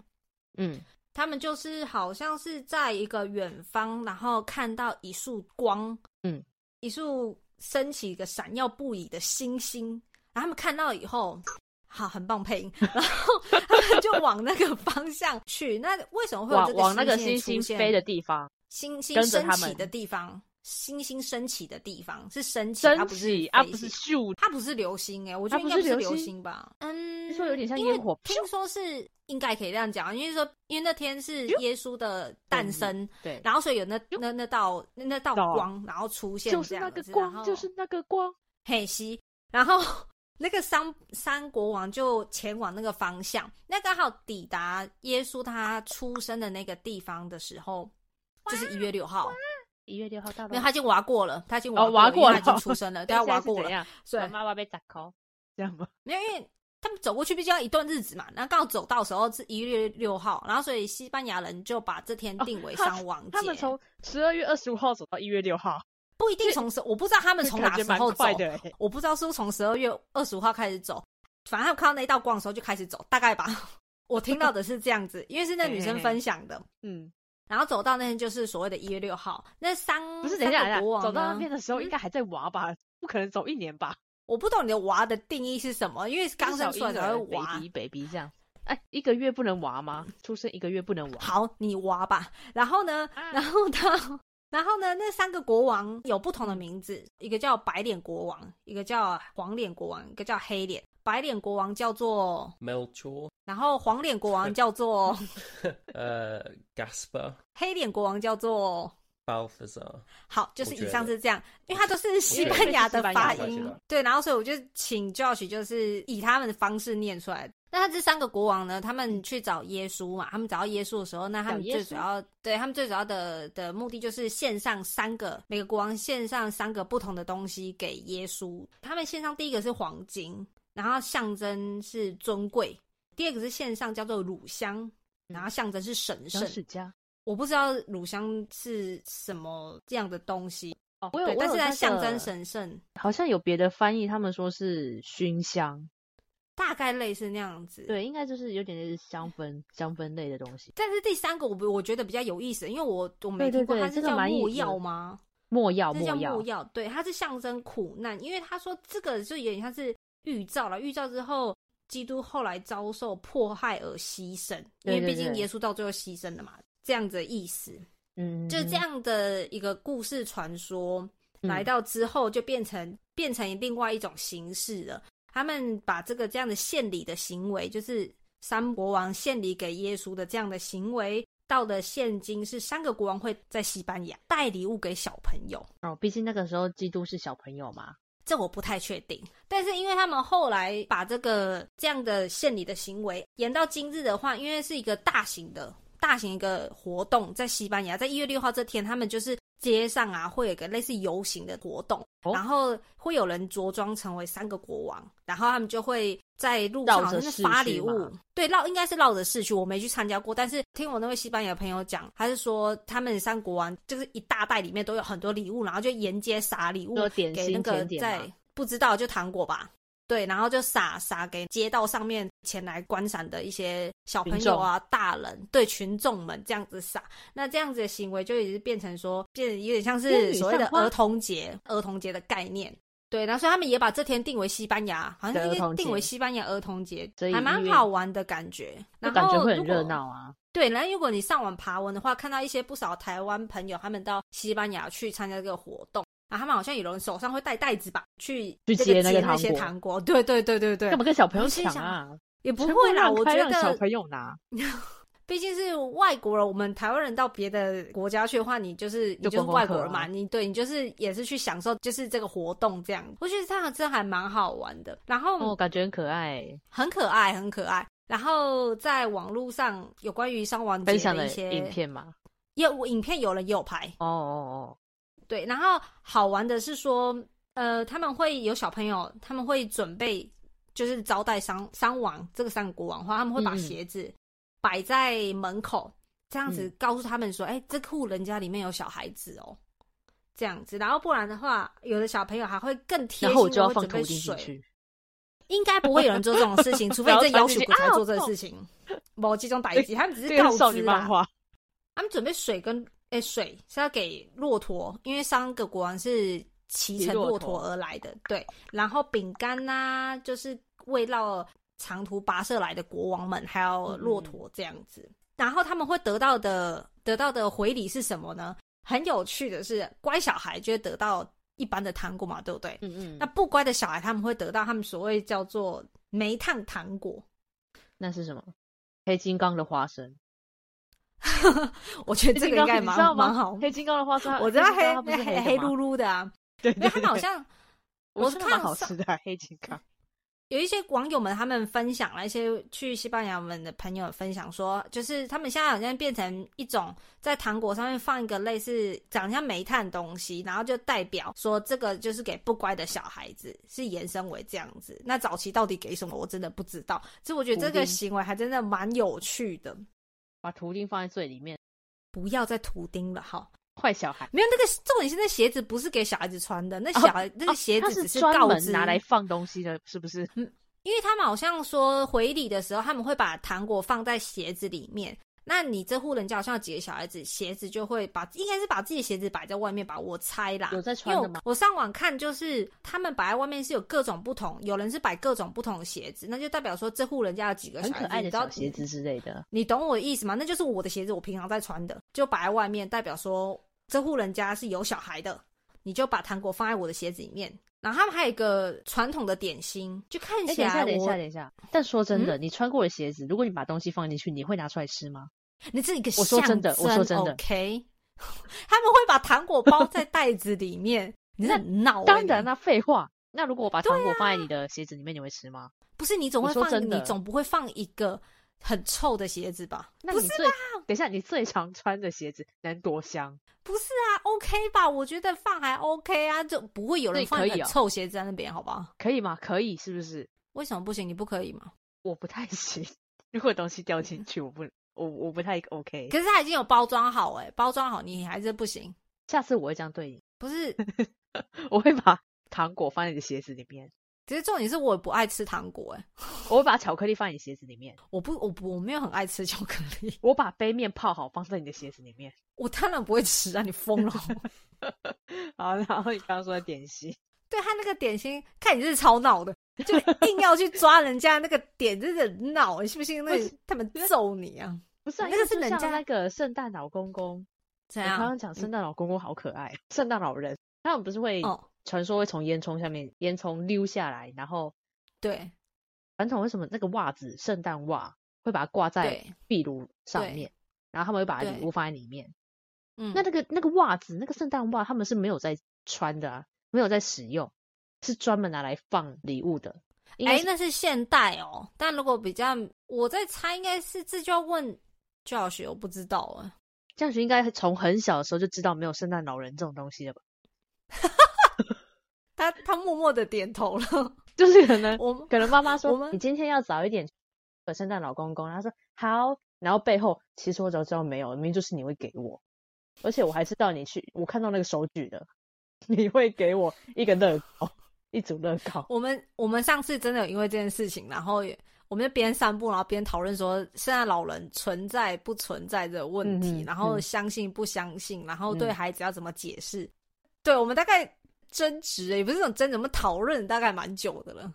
S2: 嗯，
S3: 他们就是好像是在一个远方，然后看到一束光，
S2: 嗯，
S3: 一束升起一个闪耀不已的星星，然后他们看到以后。好，很棒配音，然后他们就往那个方向去。那为什么会有
S2: 往
S3: 这
S2: 往那个
S3: 星
S2: 星
S3: 星
S2: 星
S3: 出现
S2: 飞的地方
S3: 星星
S2: 跟着
S3: 升
S2: 他
S3: 起
S2: 们
S3: 的地方，星星升起的地方是升起，它
S2: 升
S3: 不是
S2: 起，啊
S3: 飞
S2: 不是
S3: 行
S2: 咻，
S3: 它不是流星哎、我觉得
S2: 它
S3: 应
S2: 不
S3: 该
S2: 是
S3: 不
S2: 流
S3: 是流
S2: 星
S3: 星吧？嗯，
S2: 说有点像
S3: 因为
S2: 烟火
S3: 听说是应该可以这样讲，因为说因为那天是耶稣的诞生，
S2: 对，
S3: 然后所以有那那那道那那道
S2: 道
S3: 光，然后出现
S2: 就是
S3: 这
S2: 那
S3: 样
S2: 个
S3: 子，
S2: 光，就是那个光，
S3: 嘿西，然后 那个三三国王就前往那个方向，那刚好抵达耶稣他出生的那个地方的时候，就是一月六号，
S2: 一月六号到
S3: 因为他已经挖过了，他已经
S2: 哦
S3: 挖
S2: 挖
S3: 过
S2: 过
S3: 了，因为他已经
S2: 了
S3: 出生 了，对，他挖过了，
S2: 了，
S3: 对
S2: 妈，妈妈被打 call，这样吗？
S3: 没有，因为他们走过去毕竟要一段日子嘛，然后刚好走到的时候是一月六号，然后所以西班牙人就把这天定为
S2: 哦他
S3: 伤亡节。
S2: 他们从十二月二十五号走到一月六号，
S3: 不一定从十，我不知道他们从哪
S2: 感觉
S3: 时
S2: 蛮
S3: 候走
S2: 快，的欸，
S3: 我不知道是不是从十二月二十五号开始走，反正他们看到那道光的时候就开始走，大概吧。 我听到的是这样子，因为是那女生分享的。
S2: 嗯，
S3: 然后走到那天就是所谓的一月六号，那三
S2: 不是，等一下，
S3: 三
S2: 等
S3: 个
S2: 一
S3: 国
S2: 下，
S3: 王
S2: 走到那
S3: 呢
S2: 边的时候
S3: 嗯
S2: 应该还在娃吧，不可能走一年吧？
S3: 我不懂你的娃的定义是什么，因为刚生出来才会娃
S2: baby。baby 这样。哎，一个月不能娃吗？出生一个月不能娃？
S3: 好，你挖吧。然后呢，
S2: 啊
S3: 然后他，然后呢，那三个国王有不同的名字，一个叫白脸国王，一个叫黄脸国王，一个叫黑脸。白脸国王叫做，
S1: Melchor,
S3: 然后黄脸国王叫做，
S1: uh, Gaspar,
S3: 黑脸国王叫做。
S1: Balthazar.
S3: 好，就是
S1: 我觉
S3: 以
S1: 得
S3: 上是这样，因为它都是西
S1: 我觉得
S3: 班牙的发
S1: 西班牙西班
S3: 音
S1: 牙，
S3: 对，然后所以我就请 Josh 就是以他们的方式念出来。那他这三个国王呢，他们去找耶稣嘛，他们找到耶稣的时候，那他们
S2: 找耶稣
S3: 最主要对他们最主要的的目的就是献上三个，每个国王献上三个不同的东西给耶稣。他们献上第一个是黄金，然后象征是尊贵；第二个是献上叫做乳香，然后象征是神圣
S2: 姜。世家
S3: 我不知道乳香是什么这样的东西，
S2: 哦，我有，
S3: 对，
S2: 我
S3: 但
S2: 有
S3: 是它
S2: 那
S3: 象
S2: 个
S3: 征，神圣，
S2: 好像有别的翻译，他们说是熏香，
S3: 大概类似那样子。，
S2: 对，应该就是有点类似香氛香氛类的东西，
S3: 但是第三个我不我觉得比较有意思，因为我我没
S2: 对
S3: 听
S2: 对
S3: 过，
S2: 对
S3: 它是
S2: 这个
S3: 叫
S2: 蛮有
S3: 墨
S2: 意思
S3: 药
S2: 的
S3: 吗？
S2: 墨药
S3: 这叫
S2: 墨药
S3: 墨，药，对，它是象征苦难，因为他说这个就有点像是预兆了，预兆之后。基督后来遭受迫害而牺牲，因为
S2: 对对
S3: 毕竟
S2: 对
S3: 耶稣到最后牺牲了嘛，这样子的意思。
S2: 嗯，
S3: 就这样的一个故事传说，
S2: 嗯
S3: 来到之后就变成变成另外一种形式了。他们把这个这样的献礼的行为，就是三国王献礼给耶稣的这样的行为，到了现今是三个国王会在西班牙带礼物给小朋友。
S2: 哦，毕竟那个时候基督是小朋友嘛，
S3: 这我不太确定，但是因为他们后来把这个这样的献礼的行为延到今日的话，因为是一个大型的大型一个活动，在西班牙，在一月六号这天，他们就是街上啊会有一个类似游行的活动，
S2: 哦
S3: 然后会有人着装成为三个国王，然后他们就会在路上
S2: 绕
S3: 好
S2: 着
S3: 像是
S2: 市
S3: 发
S2: 区
S3: 礼物
S2: 嘛，
S3: 对，绕应该是绕着市区，我没去参加过，但是听我那位西班牙朋友讲，他是说他们三国王就是一大袋里面都有很多礼物，然后就沿街撒礼物
S2: 就点
S3: 给那
S2: 心
S3: 个
S2: 甜点
S3: 在
S2: 嘛
S3: 不知道就糖果吧，对，然后就撒撒给街道上面前来观赏的一些小朋友啊、大人，对群众们这样子撒。那这样子的行为就已经变成说，变得有点像
S2: 仙
S3: 是
S2: 女
S3: 所谓的
S2: 散花
S3: 儿童节，儿童节的概念。对，然后所以他们也把这天定为西班牙，好像
S2: 的儿童
S3: 是
S2: 节
S3: 定为西班牙儿童节，
S2: 所以
S3: 还蛮
S2: 因为
S3: 好玩的感觉。
S2: 就
S3: 然
S2: 感觉
S3: 后
S2: 会
S3: 如
S2: 很
S3: 果
S2: 热闹啊，
S3: 对，然后如果你上网爬文的话，看到一些不少台湾朋友他们到西班牙去参加这个活动，啊，他们好像有人手上会带袋子吧，去
S2: 去
S3: 这
S2: 接那
S3: 接
S2: 个
S3: 那
S2: 糖
S3: 些
S2: 果
S3: 糖果。对对对对对
S2: 干，嘛跟小朋友
S3: 我心
S2: 抢
S3: 想
S2: 啊？
S3: 也不
S2: 全部
S3: 会啦，
S2: 让
S3: 我
S2: 开
S3: 觉
S2: 让小
S3: 得
S2: 朋友拿，
S3: 毕竟是外国人，我们台湾人到别的国家去的话，你就是你
S2: 就
S3: 就是
S2: 观光
S3: 外
S2: 客
S3: 国人
S2: 啊
S3: 嘛，你对你就是也是去享受就是这个活动这样。我觉得这样真还蛮好玩的，然后
S2: 哦，感觉很可爱。
S3: 很可爱，很可爱。然后在网络上有关于伤亡
S2: 分
S3: 节
S2: 享
S3: 的
S2: 的
S3: 一些
S2: 影，片嘛？
S3: 也我影片有人也有拍，
S2: 哦哦
S3: 对。然后好玩的是说，呃，他们会有小朋友，他们会准备就是招待伤伤亡这个三个国王的话，他们会
S2: 嗯
S3: 把
S2: 嗯
S3: 鞋子摆在门口，这样子
S2: 嗯
S3: 告诉他们说，哎、这户人家里面有小孩子哦。这样子，然后不然的话，有的小朋友还会更
S2: 哦，
S3: 贴
S2: 然
S3: 心，
S2: 后我就要放
S3: 准
S2: 头
S3: 备
S2: 巾进
S3: 水，
S2: 去，
S3: 应该不会有人做这种事 情，除非
S2: 然
S3: 你
S2: 后
S3: 这
S2: 穿
S3: 要
S2: 进去
S3: 求不才
S2: 啊
S3: 做这种事情。某集中打一集，他们只
S2: 这
S3: 是
S2: 个
S3: 告
S2: 是
S3: 知
S2: 少女漫
S3: 啦
S2: 画，
S3: 他们准备水跟诶、水是要给骆驼，因为三个国王是骑乘骆驼而来的，对。然后饼干呐、就是围绕长途跋涉来的国王们，还有骆驼这样子。然后他们会得到的得到的回礼是什么呢？很有趣的是，乖小孩就会得到一般的糖果嘛，对不对？
S2: 嗯
S3: 那
S2: 那
S3: 不乖的小孩，他们会得到他们所谓叫做煤炭糖果。
S2: 那是什么？黑金刚的花生，
S3: 我觉
S2: 黑
S3: 得这
S2: 金
S3: 个应
S2: 刚
S3: 该
S2: 你知道
S3: 蛮蛮好
S2: 吗？。啊黑金刚的花生，
S3: 我知道
S2: 黑金
S3: 黑
S2: 刚它不是
S3: 黑
S2: 黑的吗
S3: 噜，噜的啊，
S2: 对，
S3: 因为
S2: 对
S3: 他们好
S2: 对
S3: 像
S2: 我
S3: 我
S2: 是
S3: 看
S2: 蛮好
S3: 上
S2: 吃的啊黑金 刚，
S3: 有一些网友们他们分享了一些去西班牙们的朋友分享说，就是他们现在好像变成一种在糖果上面放一个类似长得像煤炭的东西，然后就代表说这个就是给不乖的小孩子，是延伸为这样子。那早期到底给什么，我真的不知道。其实我觉得这
S2: 补
S3: 个
S2: 丁
S3: 行为还真的蛮有趣的。
S2: 把图钉放在最里面，
S3: 不要再图钉了哈。
S2: 坏小孩。
S3: 没有那个重点是那鞋子不是给小孩子穿的，那
S2: 哦
S3: 小孩、那
S2: 哦
S3: 个鞋
S2: 它
S3: 子只
S2: 是专
S3: 告
S2: 门
S3: 知
S2: 拿来放东西的，是不是？
S3: 因为他们好像说回礼的时候，他们会把糖果放在鞋子里面。那你这户人家好像有几个小孩子，鞋子就会把应该是把自己的鞋子摆在外面吧，我猜啦。
S2: 有在
S3: 因为
S2: 穿的
S3: 我
S2: 吗？
S3: 我上网看，就是他们摆在外面是有各种不同，有人是摆各种不同的鞋子，那就代表说这户人家有几个小
S2: 很
S3: 孩
S2: 可
S3: 子，
S2: 爱
S3: 你
S2: 的
S3: 知道
S2: 小鞋子之类的，
S3: 你懂我的意思吗？那就是我的鞋子，我平常在穿的，就摆在外面，代表说这户人家是有小孩的，你就把糖果放在我的鞋子里面。然后他们还有一个传统的点心，就看
S2: 哎，
S3: 起
S2: 等一
S3: 来
S2: 下，等一
S3: 我、
S2: 下，等一下。但说真的，你穿过的鞋子，如果你把东西放进去，你会拿出来吃吗？
S3: 你是一个
S2: 我说真的
S3: 象
S2: 我说真
S3: 征
S2: 的
S3: OK，他 们会把糖果包在袋子里面，你是很闹、欸。
S2: 当然啊
S3: 你
S2: 啦，废话。那如果我把糖果放在你的鞋子里面，你会吃吗？
S3: 不是你总
S2: 我
S3: 会
S2: 说
S3: 放，
S2: 真的
S3: 你总不会放一个很臭的鞋子吧？
S2: 那
S3: 不
S2: 你
S3: 是
S2: 最等一下，你最常穿的鞋子能多香？
S3: 不是啊，OK 吧？我觉得放还 OK 啊，就不会有
S2: 所
S3: 人
S2: 以
S3: 放
S2: 可
S3: 一
S2: 以
S3: 个很
S2: 哦
S3: 臭鞋子在那边，好不好？
S2: 可以吗？可以，是不是？
S3: 为什么不行？你不可以吗？
S2: 我不太行。 如果东西掉进去，我不，我我不太 OK。
S3: 可是它已经有包装好哎、包装好你还是不行，
S2: 下次我会这样对你，
S3: 不是？
S2: 我会把糖果放在你的鞋子里面，
S3: 其实重点是我也不爱吃糖果哎、
S2: 我会把巧克力放在你鞋子里面，
S3: 我不我不我没有很爱吃巧克力，
S2: 我把杯面泡好放在你的鞋子里面。
S3: 我当然不会吃啊，你疯了哦！
S2: 好，然后你刚刚说的点心，
S3: 对他那个点心，看你是超闹的，就硬要去抓人家那个点，真的很闹、你信不信？那
S2: 不
S3: 个他们揍你啊？
S2: 不是、啊、
S3: 那个
S2: 因为
S3: 是
S2: 就
S3: 人
S2: 像
S3: 家
S2: 那个圣诞老公公，
S3: 怎
S2: 我刚刚讲圣诞老公公好可爱，圣诞老人，他们不是会
S3: 哦，
S2: 传说会从烟囱下面烟囱溜下来，然后
S3: 对
S2: 传统为什么那个袜子圣诞袜会把它挂在
S3: 对，
S2: 壁炉上
S3: 对
S2: 面，然后他们会把礼
S3: 对
S2: 物放在里面。
S3: 嗯，
S2: 那那个那个袜子，那个圣诞袜，他们是没有在穿的啊，没有在使用，是专门拿来放礼物的。应该
S3: 哎、
S2: 是
S3: 那是现代哦，但如果比较，我在猜应该是这就要问教学，我不知道啊。
S2: 这样子应该从很小的时候就知道没有圣诞老人这种东西了吧？
S3: 他他默默的点头了。
S2: 就是可能
S3: 我们
S2: 可能妈妈
S3: 我
S2: 说
S3: 们
S2: 你今天要早一点有圣诞老公公，他说好，然后背后其实我早知道没有，明明就是你会给我，而且我还知道你去，我看到那个手举的， 你会给我一个乐高，一组乐高。
S3: 我们我们上次真的有因为这件事情，然后也我们就边散步，然后边讨论说现在老人存在不存在的问题，
S2: 嗯嗯
S3: 然后
S2: 嗯
S3: 相信不相信，然后对
S2: 嗯
S3: 孩子要怎么解释。对我们大概争执也不是这种争执，我们讨论大概蛮久的了。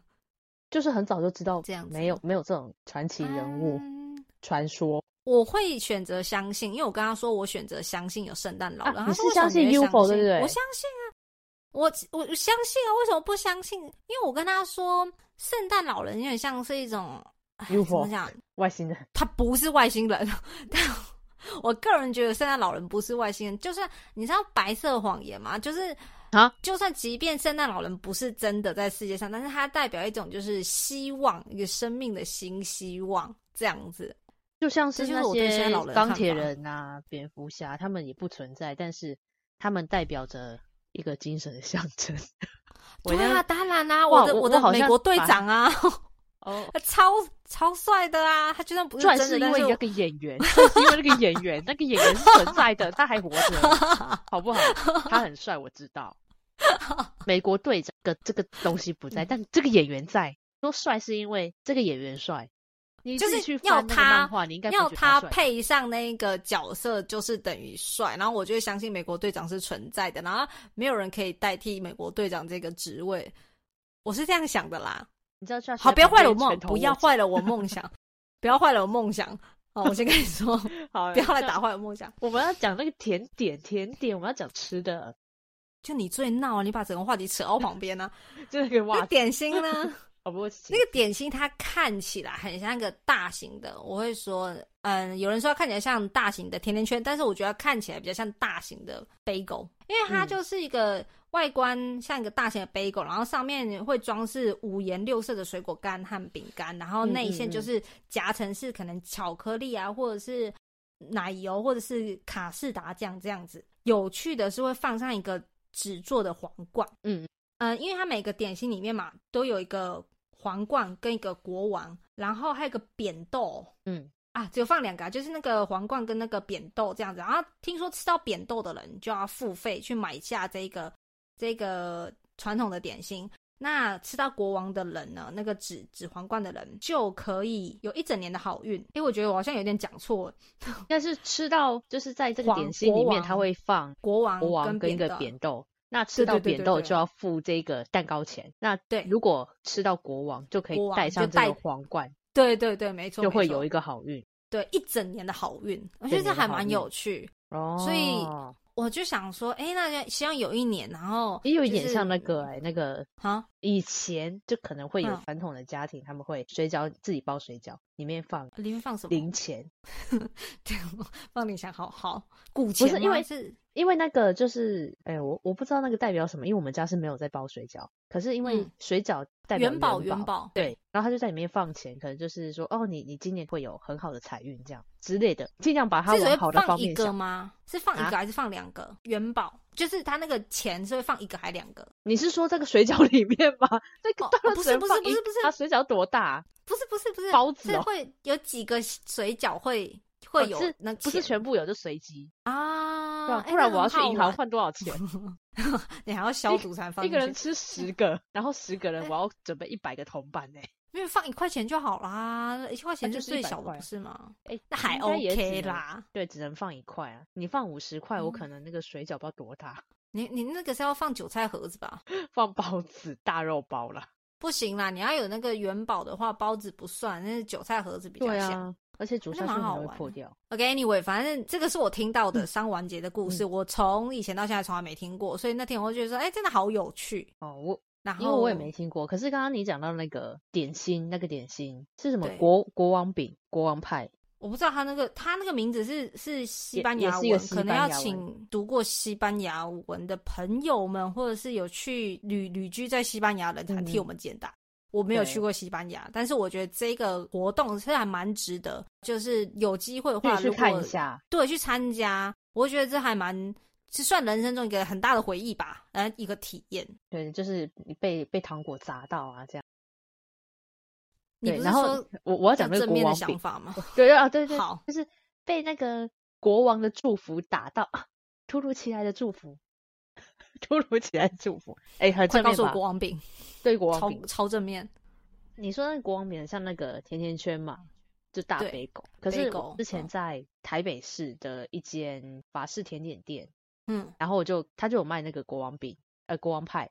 S2: 就是很早就知道
S3: 这样子
S2: 没有没有这种传奇人物、
S3: 嗯
S2: 传说
S3: 我会选择相信，因为我跟他说我选择相信有圣诞老人，
S2: 啊
S3: 他
S2: 你
S3: 说
S2: 是相信
S3: 为什么你会
S2: UFO
S3: 相
S2: 对不
S3: 信
S2: 对
S3: 我相信啊，我我我相信啊，为什么不相信？因为我跟他说，圣诞老人有点像是一种，哎怎
S2: UFO
S3: 么讲？
S2: 外星人，
S3: 他不是外星人，但我个人觉得圣诞老人不是外星人。就是你知道白色谎言吗？就是
S2: 啊，
S3: 就算即便圣诞老人不是真的在世界上，但是它代表一种就是希望，一个生命的新希望这样子。
S2: 就像
S3: 这
S2: 是
S3: 就
S2: 那
S3: 是我对现在
S2: 些
S3: 老人的
S2: 钢
S3: 看
S2: 铁
S3: 法
S2: 人啊、蝙蝠侠，他们也不存在，但是他们代表着一个精神的象征。 我
S3: 对
S2: 这样
S3: 啊，当然啦、
S2: 哇
S3: 我的
S2: 我我
S3: 的
S2: 好像
S3: 美国队长啊，
S2: 哦，
S3: 超超帅的啊！他就算不是
S2: 赚
S3: 真
S2: 是
S3: 的，
S2: 因
S3: 但
S2: 为
S3: 是
S2: 那
S3: 我
S2: 个演员， 赚是因为那个演员，那个演员是存在的，他还活着，好不好？他很帅，我知 道。美国队长的这个东西不
S3: 嗯
S2: 在，但这个演员在。说帅是因为这个演员帅，你
S3: 就
S2: 自己
S3: 是
S2: 去
S3: 要
S2: 翻那个
S3: 他
S2: 漫画，你应该不
S3: 要
S2: 觉得
S3: 他
S2: 帅
S3: 配上那个角色，就是等于帅。然后我就会相信美国队长是存在的，然后没有人可以代替美国队长这个职位。我是这样想的啦。
S2: 你知道 Josh
S3: 好，
S2: 在
S3: 不要
S2: 旁
S3: 坏了我
S2: 边
S3: 梦
S2: 拳，头
S3: 不
S2: 握
S3: 要
S2: 紧
S3: 坏了我梦想，不要坏了我梦想。哦，我先跟你 说，
S2: 好
S3: 不要来
S2: 那
S3: 打坏我梦想。
S2: 我们要讲那个甜点，甜点我们要讲吃的，
S3: 就你最闹啊，你把整个话题扯到旁 边呢、
S2: 就那个
S3: 那
S2: 袜子，
S3: 点心呢？
S2: 哦不是，
S3: 那个点心它看起来很像一个大型的，我会说，嗯，有人说它看起来像大型的甜甜圈，但是我觉得它看起来比较像大型的 bagel，因为它
S2: 嗯
S3: 就是一个外观像一个大型的 bagel，然后上面会装饰五颜六色的水果干和饼干，然后
S2: 嗯
S3: 内
S2: 嗯
S3: 馅就
S2: 嗯
S3: 是夹层是可能巧克力啊，或者是奶油，或者是卡士达酱这样子。有趣的是会放上一个纸做的皇冠。
S2: 嗯
S3: 嗯，因为它每个点心里面嘛，都有一个皇冠跟一个国王，然后还有一个扁豆
S2: 嗯，
S3: 啊，只有放两个、啊，就是那个皇冠跟那个扁豆这样子。然后听说吃到扁豆的人就要付费去买下这个这个传统的点心。那吃到国王的人呢，那个纸纸皇冠的人就可以有一整年的好运。因为我觉得我好像有点讲错了，
S2: 应该是吃到就是在这个
S3: 黄
S2: 点心里
S3: 国
S2: 面，它
S3: 王
S2: 会放
S3: 国王
S2: 国王跟一
S3: 扁
S2: 个
S3: 豆，
S2: 扁豆。那
S3: 对
S2: 吃到
S3: 对对
S2: 扁
S3: 对
S2: 豆
S3: 对
S2: 就要付这个蛋糕钱。那
S3: 对
S2: 如果吃到国王，就可以
S3: 国王
S2: 带
S3: 就
S2: 上这
S3: 带
S2: 个皇冠，
S3: 对对对，没错，
S2: 就
S3: 没
S2: 会
S3: 错
S2: 有一个好运。
S3: 对一整年的好运。我觉得
S2: 整
S3: 这
S2: 年的
S3: 还
S2: 好
S3: 蛮
S2: 运
S3: 有趣。
S2: 哦，
S3: 所以我就想说，哎、那就希望有一年，然后
S2: 也有
S3: 就
S2: 点
S3: 是
S2: 像那个哎，那个
S3: 啊，
S2: 以前就可能会有
S3: 嗯
S2: 传统的家庭，他们会水饺自己包水饺，里面放
S3: 里面放什么？
S2: 零钱，
S3: 放零钱，好好古
S2: 是
S3: 钱吗，
S2: 因为
S3: 是
S2: 因为那个就是，哎、我我不知道那个代表什么，因为我们家是没有在包水饺，可是因为
S3: 嗯
S2: 水饺代表
S3: 元宝，
S2: 宝，
S3: 元宝，
S2: 对，然后他就在里面放钱，可能就是说，哦，你你今年会有很好的财运这样之类的，尽量把它
S3: 是只
S2: 往
S3: 会
S2: 好的
S3: 放
S2: 方
S3: 一
S2: 面
S3: 个
S2: 想。
S3: 吗？是放一
S2: 啊
S3: 个还是放两个？元宝就是他那个钱是会放一个还两个？
S2: 你是说这个水饺里面吗？这个
S3: 哦
S2: 当
S3: 哦
S2: 然
S3: 不
S2: 只
S3: 是
S2: 能
S3: 不是
S2: 放
S3: 不
S2: 一
S3: 是不是
S2: 它水饺多大啊？
S3: 不是不是不是
S2: 包子
S3: 是
S2: 哦
S3: 会有几个水饺会会
S2: 哦
S3: 有
S2: 是
S3: 那
S2: 不是
S3: 钱
S2: 全部有就随机，
S3: 啊？
S2: 对吧
S3: 诶
S2: 不然
S3: 那
S2: 我要
S3: 很
S2: 去
S3: 好
S2: 银行
S3: 玩，
S2: 换多少钱？
S3: 你还要消毒才放
S2: 一
S3: 进去。
S2: 个人吃十个，然后十个人
S3: 哎
S2: 我要准备一百个铜板呢、
S3: 没有放一块钱就好啦，一块钱
S2: 就是
S3: 最
S2: 是100
S3: 小的
S2: 块
S3: 不是吗？
S2: 哎、
S3: 那还
S2: 应该也啊只
S3: OK
S2: 能
S3: 啦。
S2: 对，只能放一块啊！你放五十块，我
S3: 嗯
S2: 可能那个水饺不知道多大，
S3: 你你那个是要放韭菜盒子吧？
S2: 放包子、大肉包啦。
S3: 不行啦，你要有那个元宝的话，包子不算，那是韭菜盒子比较像。，
S2: 啊而且煮
S3: 那
S2: 下去
S3: 蛮
S2: 可
S3: 好
S2: 能会
S3: 玩
S2: 破
S3: 的
S2: 掉。
S3: OK，anyway，反正这个是我听到
S2: 嗯
S3: 的伤完节的故事，我从以前到现在从来没听过，所以那天我就觉得说，哎、真的好有趣。
S2: 哦，我
S3: 然后
S2: 因为我也没听过，可是刚刚你讲到那个点心，那个点心是什么
S3: 对
S2: 国国王饼、国王派，
S3: 我不知道他那个他那个名字是是西班牙
S2: 也也
S3: 文，
S2: 是一个
S3: 可
S2: 西
S3: 能
S2: 班牙
S3: 要
S2: 文
S3: 请读过西班牙文的朋友们，或者是有去旅旅居在西班牙的人才
S2: 嗯
S3: 替我们解答。我没有
S2: 对
S3: 去过西班牙，但是我觉得这个活动是还蛮值得，就是有机会的话，
S2: 去
S3: 如
S2: 去
S3: 果
S2: 看一下。
S3: 对，去参加，我觉得这还蛮是算人生中一个很大的回忆吧，呃，一个体验。
S2: 对，就是你被被糖果砸到啊，这样。
S3: 你
S2: 对，
S3: 不是
S2: 然后
S3: 说
S2: 我我要
S3: 要
S2: 讲那个
S3: 正
S2: 国
S3: 面的
S2: 王
S3: 想
S2: 饼，
S3: 法吗？
S2: 对对啊，对对，
S3: 好，
S2: 就是被那个国王的祝福打到， 啊突如其来的祝福， 突如其来的祝福，哎、很
S3: 快
S2: 正
S3: 告
S2: 面
S3: 诉我
S2: 吧
S3: 国？王饼，
S2: 对国王
S3: 超
S2: 饼，
S3: 超正面。
S2: 你说那个国王饼很像那个甜甜圈嘛，就大
S3: 对
S2: 杯狗。可是我
S3: bagel，
S2: 之前
S3: 嗯
S2: 在台北市的一间法式甜点店，
S3: 嗯，
S2: 然后我就他就有卖那个国王饼，呃，国王派。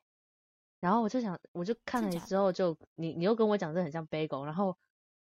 S2: 然后我就想，我就看
S3: 真
S2: 了
S3: 假
S2: 之后就，你你又跟我讲这很像 bagel，然后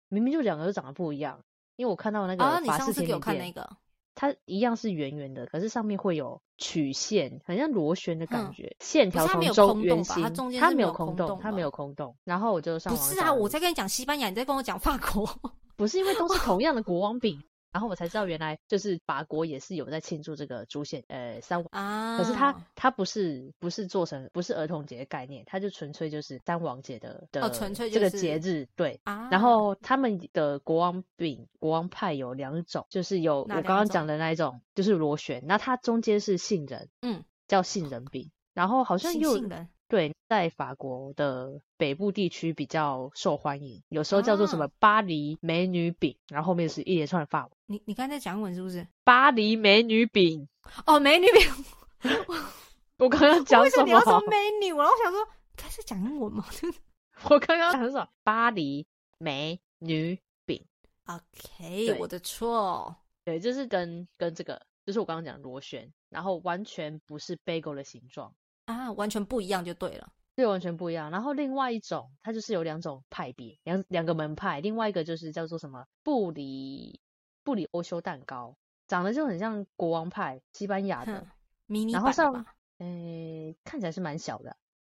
S2: 明明就两个都长得不一样，因为我看到那
S3: 啊，
S2: 个
S3: 你
S2: 法
S3: 上
S2: 式
S3: 次
S2: 甜
S3: 给我
S2: 点
S3: 看
S2: 店，
S3: 那个，
S2: 它一样是圆圆的，可是上面会有曲线，很像螺旋的感
S3: 嗯
S2: 觉，线
S3: 不是
S2: 条
S3: 它
S2: 从
S3: 没有
S2: 中
S3: 空
S2: 圆
S3: 洞吧
S2: 形，
S3: 它中间
S2: 它
S3: 是
S2: 没
S3: 没
S2: 有
S3: 有
S2: 空
S3: 空
S2: 洞，
S3: 洞
S2: 它没
S3: 吧
S2: 有空洞。然后我就上
S3: 不
S2: 网
S3: 是
S2: 找
S3: 啊，
S2: 了
S3: 我在跟你讲西班牙，你在跟我讲法国。
S2: 不是因为都是同样的国王饼，然后我才知道原来就是法国也是有在庆祝这个主显呃三王，
S3: 啊，
S2: 可是它它不是不是做成不是儿童节的概念，它就纯粹就是三王节的的、
S3: 哦纯粹
S2: 这
S3: 就
S2: 个
S3: 是
S2: 节日对。
S3: 啊，
S2: 然后他们的国王饼、国王派有两种，就是有我
S3: 哪
S2: 刚
S3: 两
S2: 刚讲
S3: 种
S2: 的那一种，就是螺旋，那它中间是杏仁，
S3: 嗯，
S2: 叫杏仁饼。然后好像
S3: 新
S2: 又
S3: 兴人
S2: 对，在法国的北部地区比较受欢迎，有时候叫做什么
S3: 啊
S2: 巴黎美女饼，然后后面是一连串的法文。
S3: 你你刚才在讲文是不是？
S2: 巴黎美女饼，
S3: 哦，美 女，
S2: 我刚刚
S3: 我
S2: 讲
S3: 为什
S2: 什
S3: 么你要说
S2: 么？
S3: 美女？然后我想说，他是讲英文吗
S2: 我刚刚讲什么？巴黎美女饼，
S3: ？OK，我的错。
S2: 对，这是跟跟这个，就是我刚刚讲螺旋，然后完全不是 bagel 的形状，
S3: 啊，完全不一样就对了。
S2: 对，完全不一样。然后另外一种，它就是有两种派别，两两个门派，另外一个就是叫做什么布里布里欧修蛋糕，长得就很像国王派，西班牙的
S3: 哼，，迷你
S2: 然
S3: 版
S2: 后
S3: 的
S2: 上
S3: 吧？
S2: 诶、看起来是蛮小的。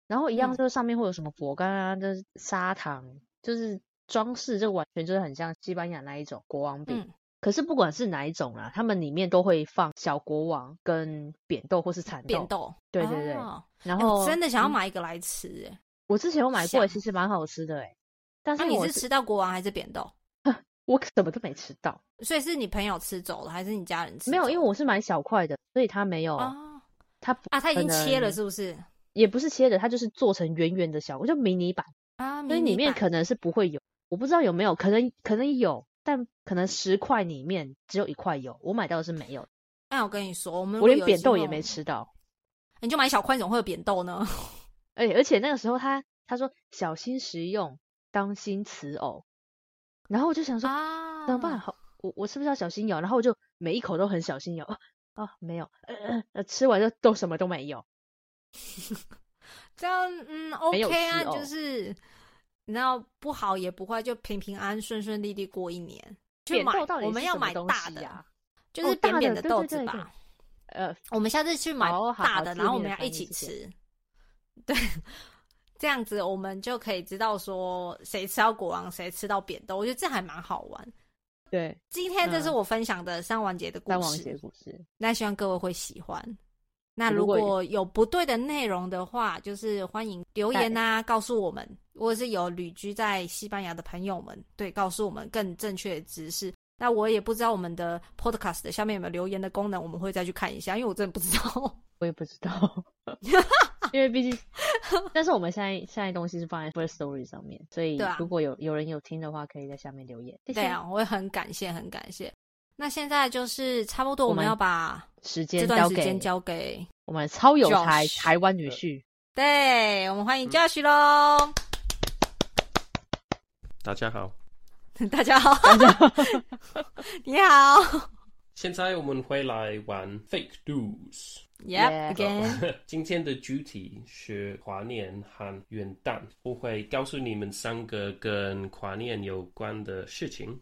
S2: 然后一样
S3: 嗯
S2: 就是上面会有什么果干啊，就是砂糖，就是装饰，就完全就是很像西班牙那一种国王饼。
S3: 嗯，
S2: 可是不管是哪一种啦、他们里面都会放小国王跟扁豆或是蚕
S3: 扁豆。
S2: 对对对
S3: 哦
S2: 然
S3: 哎
S2: 后、
S3: 我真的想要
S2: 嗯
S3: 买一个来吃。哎
S2: 我之前有买过，
S3: 想
S2: 其实蛮好吃的诶、欸但
S3: 那
S2: 是
S3: 你
S2: 我
S3: 是吃到国王还是扁豆？
S2: 我什么都没吃到，
S3: 所以是你朋友吃走了，还是你家人吃走
S2: 没
S3: 了？
S2: 有，因为我是买小块的，所以它没有，
S3: 啊
S2: 它不
S3: 啊，他已经
S2: 可
S3: 切了
S2: 能
S3: 是不是？
S2: 也不是切的，它就是做成圆圆的小，就迷你版，
S3: 啊，
S2: 所以
S3: 迷
S2: 里
S3: 你
S2: 面
S3: 版
S2: 可能是不会有，我不知道有没有，可能可能有，但可能十块里面只有一块有，我买到的是没有的，
S3: 那我跟你说，我们
S2: 我
S3: 如果
S2: 连
S3: 有
S2: 扁
S3: 机
S2: 豆
S3: 会
S2: 也
S3: 我
S2: 没
S3: 们，
S2: 吃到，哎
S3: 你就买小块，怎么会有扁豆呢？
S2: 而且而且那个时候他他说小心食用，当心雌偶，然后我就想说、
S3: 啊，
S2: 怎么办？？好，我我是不是要小心咬？然后我就每一口都很小心咬，啊啊没有，呃呃呃，吃完就都什么都没有。
S3: 这样嗯
S2: 没有
S3: ，OK 啊，
S2: 吃哦
S3: 就是你知道不好也不坏，就平平安顺顺利利过一年。去
S2: 扁
S3: 买
S2: 豆到，底
S3: 我
S2: 是
S3: 们
S2: 什
S3: 要
S2: 么
S3: 买
S2: 东
S3: 大
S2: 西
S3: 的，
S2: 呀
S3: 就
S2: 哦
S3: 是
S2: 大
S3: 扁扁
S2: 的对
S3: 豆
S2: 对
S3: 子
S2: 对
S3: 吧。
S2: 对呃，
S3: 我们下次去买
S2: 好好
S3: 大
S2: 好
S3: 的，
S2: 致
S3: 然后我
S2: 命的
S3: 们要
S2: 翻
S3: 一
S2: 译
S3: 起
S2: 谢谢
S3: 吃。 对，这样子我们就可以知道说谁吃到国王，谁吃到扁豆。我觉得这还蛮好玩。
S2: 对，
S3: 今天这是
S2: 嗯
S3: 我分享的三王节的故
S2: 三王
S3: 事。
S2: 节故事，
S3: 那希望各位会喜欢。那
S2: 如
S3: 如
S2: 果
S3: 果有不对的内容的话，就是欢迎留言呐、告诉我们，或者是有旅居在西班牙的朋友们，对，告诉我们更正确的知识。那我也不知道我们的 podcast 的下面有没有留言的功能，我们会再去看一下，因为我真的不知道。
S2: 我也不知 道，因为毕竟，但是我们现在现在东西是放在 First Story 上面，所以
S3: 对啊
S2: 如果有有人有听的话，可以在下面留言。谢
S3: 对
S2: 谢。
S3: 啊，我会很感谢，很感谢。那现在就是差不多，我
S2: 我们
S3: 们要把
S2: 时
S3: 这
S2: 间
S3: 段
S2: 交
S3: 时间
S2: 给
S3: 交给
S2: 我们超有才
S3: Josh
S2: 台湾女婿，
S3: 对，我们欢迎 Josh 喽，
S1: 大家好，
S3: 大家好， 你好。
S1: 现在我们会来玩 Fake News。
S2: Yeah
S3: Yep, again.
S1: 今天的主题是华年和元旦，我会告诉你们三个跟华年有关的事情，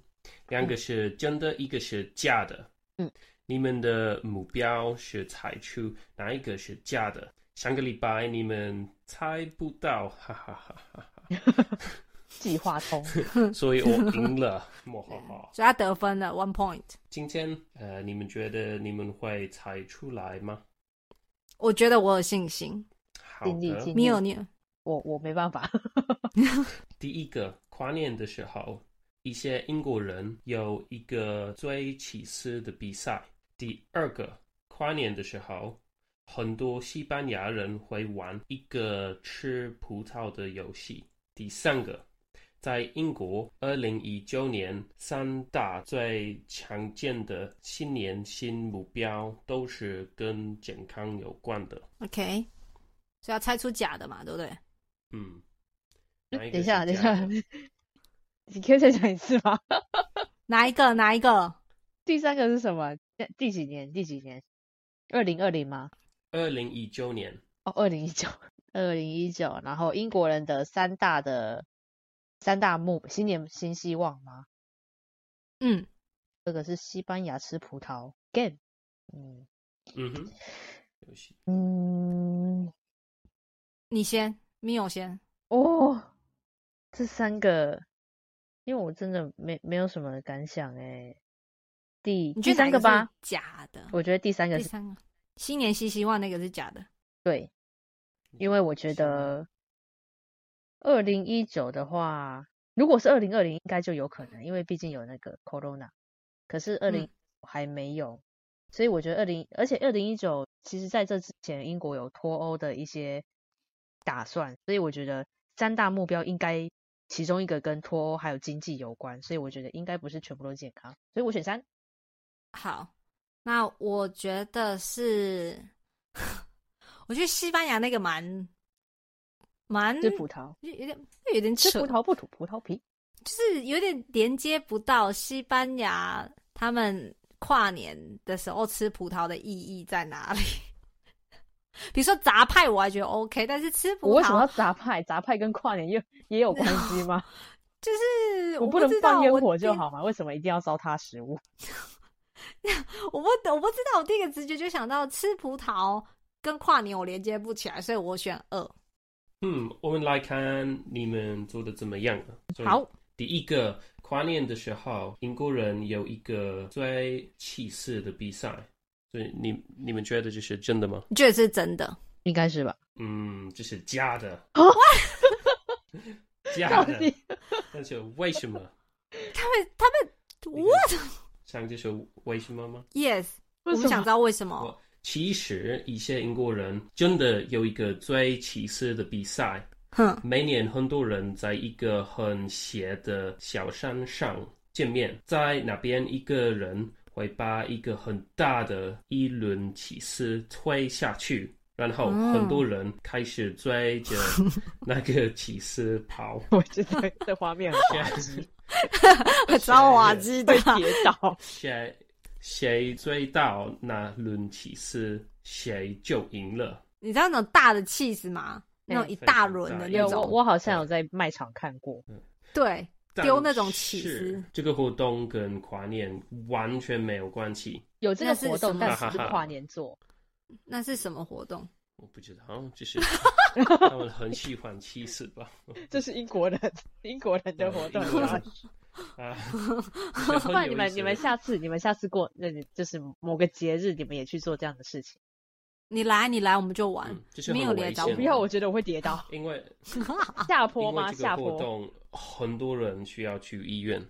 S1: 两个是真的，一个是假的。
S2: 嗯，
S1: 你们的目标是猜出哪一个是假的。上个礼拜你们猜不到，哈哈哈哈哈
S2: 计划通，
S1: 哈，所以我赢了，莫哈哈。
S3: 所以他得分了 one point。
S1: 今天呃，你们觉得你们会猜出来吗？
S3: 我觉得我有信心，
S1: 好
S2: 尽力
S1: 的，
S2: 尽力。
S3: 你有你有
S2: 我我没办法，
S1: 第一个跨年的时候，一些英国人有一个最起司的比赛。第二个跨年的时候，很多西班牙人会玩一个吃葡萄的游戏。第三个，在英国，二零一九年三大最常见的新年新目标都是跟健康有关的。
S3: OK，所以要猜出假的嘛，对不对？
S1: 嗯，哪一
S2: 等
S1: 个是
S2: 一下，等一
S1: 假的
S2: 下，你可以再讲一次吗？
S3: 哪一个？哪一个？
S2: 第三个是什么？第第几年？第几年？二零二零吗？
S1: 二零一九年。
S2: 哦，二零一九， 二零一九。然后英国人的三大的三大目，新年新希望吗？
S3: 嗯，
S2: 这个是西班牙吃葡萄 game，嗯
S1: 嗯哼，游戏
S2: 嗯
S3: 你先，米友先。
S2: 哦，这三个，因为我真的没没有什么感想哎。第第
S3: 你觉得
S2: 三
S3: 哪
S2: 个
S3: 个
S2: 吧
S3: 是，假的？
S2: 我觉得第三个
S3: 第
S2: 是
S3: 三个，新年新希望那个是假的。
S2: 对，因为我觉得二零一九的话，如果是二零二零，应该就有可能，因为毕竟有那个 corona。可是二零还没有，所以我觉得二零，而且二零一九其实在这之前，英国有脱欧的一些打算，所以我觉得三大目标应该其中一个跟脱欧还有经济有关，所以我觉得应该不是全部都健康，所以我选三。
S3: 好，那我觉得是， 我觉得西班牙那个蛮蛮
S2: 是葡萄，
S3: 有有点有点
S2: 吃
S3: 扯
S2: 葡，萄不吐葡萄皮。
S3: 就是有点连接不到西班牙他们跨年的时候吃葡萄的意义在哪里。 比如说杂派我还觉得 OK，但是吃
S2: 我
S3: 葡
S2: 为什么要
S3: 萄
S2: 杂派？杂派跟跨年又也有关系吗？
S3: 就是
S2: 我
S3: 不
S2: 能
S3: 知道
S2: 放烟
S3: 我
S2: 火就
S3: 第
S2: 好吗？为什么一定要糟蹋食物？
S3: 我不懂，我不知道，我第一个直觉就想到吃葡萄跟跨年我连接不起来，所以我选二。
S1: 嗯，我们来看你们做的怎么样了。所以
S3: 好，
S1: 第一个跨年的时候，英国人有一个最气势的比赛，所以你你们觉得这是真的吗？
S3: 你觉得是真的？
S2: 应该 是吧？
S1: 嗯，这是假 的。
S2: 啊
S1: 假
S2: 到
S1: 的，
S2: 底
S1: 但是为什么？
S3: 他们他们
S1: 那个
S3: what
S1: 像这是为什么吗？
S3: yes？我
S2: 为
S3: 们
S2: 什
S3: 想
S2: 么
S3: 知？道为什么
S1: 我？其实一些英国人真的有一个最歧视的比赛，
S3: 哼，
S1: 每年很多人在一个很斜的小山上见面，在那边一个人会把一个很大的一轮起司推下去，然后
S3: 嗯
S1: 很多人开始追着那个起司 跑。
S2: 我觉得这 画面很滑稽，
S3: 招瓦基的
S2: 会，
S1: 啊
S2: 跌 倒。
S1: 谁谁追到那轮起司，谁就赢了。
S3: 你知道那种大的 cheese 吗？
S2: 对
S3: 那种一大轮的
S1: 非
S3: 那
S2: 有
S1: 常大
S2: 我
S3: 种，
S2: 我好像有在卖场看过，
S3: 对，
S1: 但
S3: 丢那种
S1: 是
S3: 起司
S1: 这个活动跟跨年完全没有关系。
S2: 有这个
S3: 那是
S2: 活动，
S3: 什么
S1: 啊
S2: 但是是跨年做。
S3: 那是什么活动？
S1: 我不知道，就是 他们很喜欢气势吧？
S2: 这是英国人，英国人的活动。
S1: 英
S2: 你
S1: 国
S2: 知
S1: 人
S2: 道吗
S1: 啊，
S2: 不然你们你们下次你们下次过，那你就是某个节日，你们也去做这样的事情。
S3: 你来，你来，我们就玩。
S1: 嗯就是
S3: 没有
S1: 很
S3: 连
S1: 危
S3: 到
S1: 险
S2: 不要，我觉得我会跌 倒。
S1: 因为
S2: 下
S1: 因
S2: 坡吗？
S1: 为这个
S2: 下
S1: 活
S2: 坡？
S1: 动很多人需要去医院，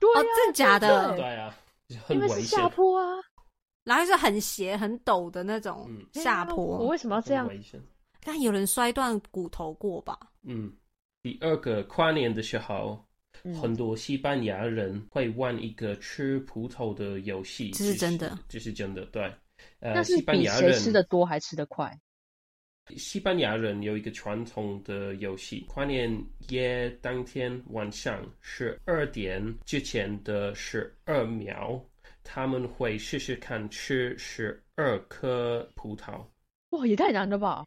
S2: 对
S3: 哦
S2: 啊，，
S3: 真的假
S2: 对
S3: 的？
S1: 对啊，很
S2: 因为是
S1: 危险
S2: 下，坡啊，
S3: 然后是很斜、很陡的那种
S1: 嗯
S3: 下
S2: 对啊我
S3: 坡，
S2: 为什么要这
S1: 很
S2: 样？
S1: 危险。
S3: 但有人摔断骨头过吧？
S1: 嗯，第二个跨年的时候，
S2: 嗯
S1: 很多西班牙人会玩一个吃葡萄的游戏，
S3: 这是真的，
S1: 这是真的，对。呃，
S2: 那是
S1: 西班
S2: 比
S1: 牙
S2: 谁
S1: 人
S2: 吃的多还吃的快。
S1: 西班牙人有一个传统的游戏，跨年夜当天晚上十二点之前的十二秒，他们会试试看吃十二颗葡 萄。
S2: 哇，也太难了吧！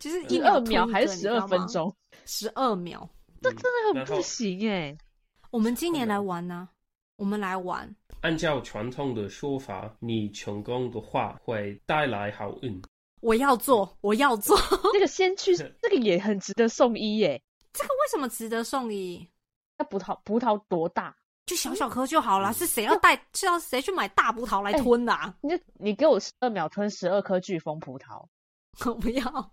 S3: 就是
S1: 一
S3: 一
S2: 一
S3: 秒
S2: 二秒还是
S3: 是
S2: 十二分？钟，
S3: 十二秒，
S1: 这真
S2: 那很不行哎、
S3: 我们今年来玩呢、我们来玩。
S1: 按照传统的说法，你成功的话会带来好 运。
S3: 我要
S2: 嗯
S3: 做，我要做。
S2: 那个先去，那个也很值得送医耶、
S3: 这个为什么值得送医？
S2: 那葡萄葡萄多大？
S3: 就小小颗就好啦。
S1: 嗯
S3: 是谁要带？是要谁去买大葡萄来吞的、啊？
S2: 你你给我十二秒吞十二颗飓风葡萄，
S3: 我不要。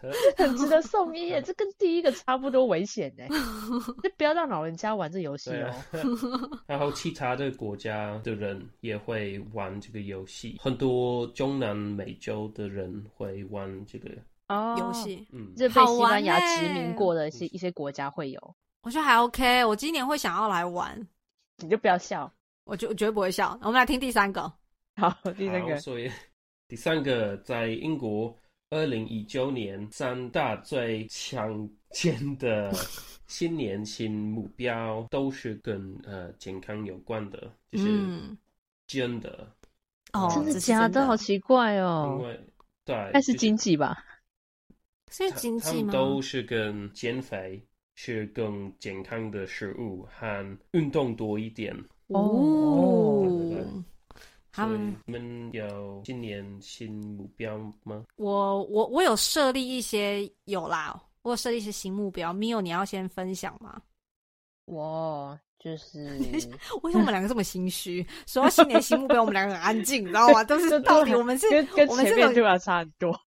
S1: 呃
S2: 很值得送 医耶、这跟第一个差不多危险呢、就不要让老人家玩这游戏
S1: 对
S2: 哦、
S1: 啊， 然后其他的国家的人也会玩这个游戏，很多中南美洲的人会玩这个。
S2: 哦
S3: 游戏，
S1: 嗯，
S2: 这被
S3: 好
S2: 西
S3: 玩
S2: 班牙
S3: 欸
S2: 殖民过的一些一些国家会有，
S3: 我觉得还 OK。我今年会想要来玩，
S2: 你就不要笑。
S3: 我就我绝对不会笑。我们来听第三个。
S2: 好，第三
S1: 好
S2: 个，
S1: 所以第三个在英国二零一九年三大最强健的新年新目标都是跟呃健康有关的，就是
S3: 嗯，
S1: 真的，
S3: 哦，
S2: 真
S1: 这
S2: 的
S1: 是
S2: 假
S3: 的？
S2: 好奇怪
S1: 因
S2: 哦、
S1: 为对，
S2: 但是
S1: 就是
S2: 经 济吧？
S3: 所以
S1: 他
S3: 经
S1: 他
S3: 济
S1: 们
S3: 吗？
S1: 都是跟减肥、吃更健康的食物和运动多一点
S2: 哦
S1: 对对对
S3: 他
S1: 所以
S3: 们
S1: 你们有今年新目标吗？
S3: 我我我有设立一些有啦，我有设立一些新目标。Mio，你要先分享吗？
S2: 我 就是
S3: 为什么我们两个这么心 虚？说到新年新目标，我们两个很安静，你知道吗？都是到底我们 是
S2: 跟跟
S3: 我们
S2: 前
S3: 这
S2: 面
S3: 种
S2: 对吧差很多。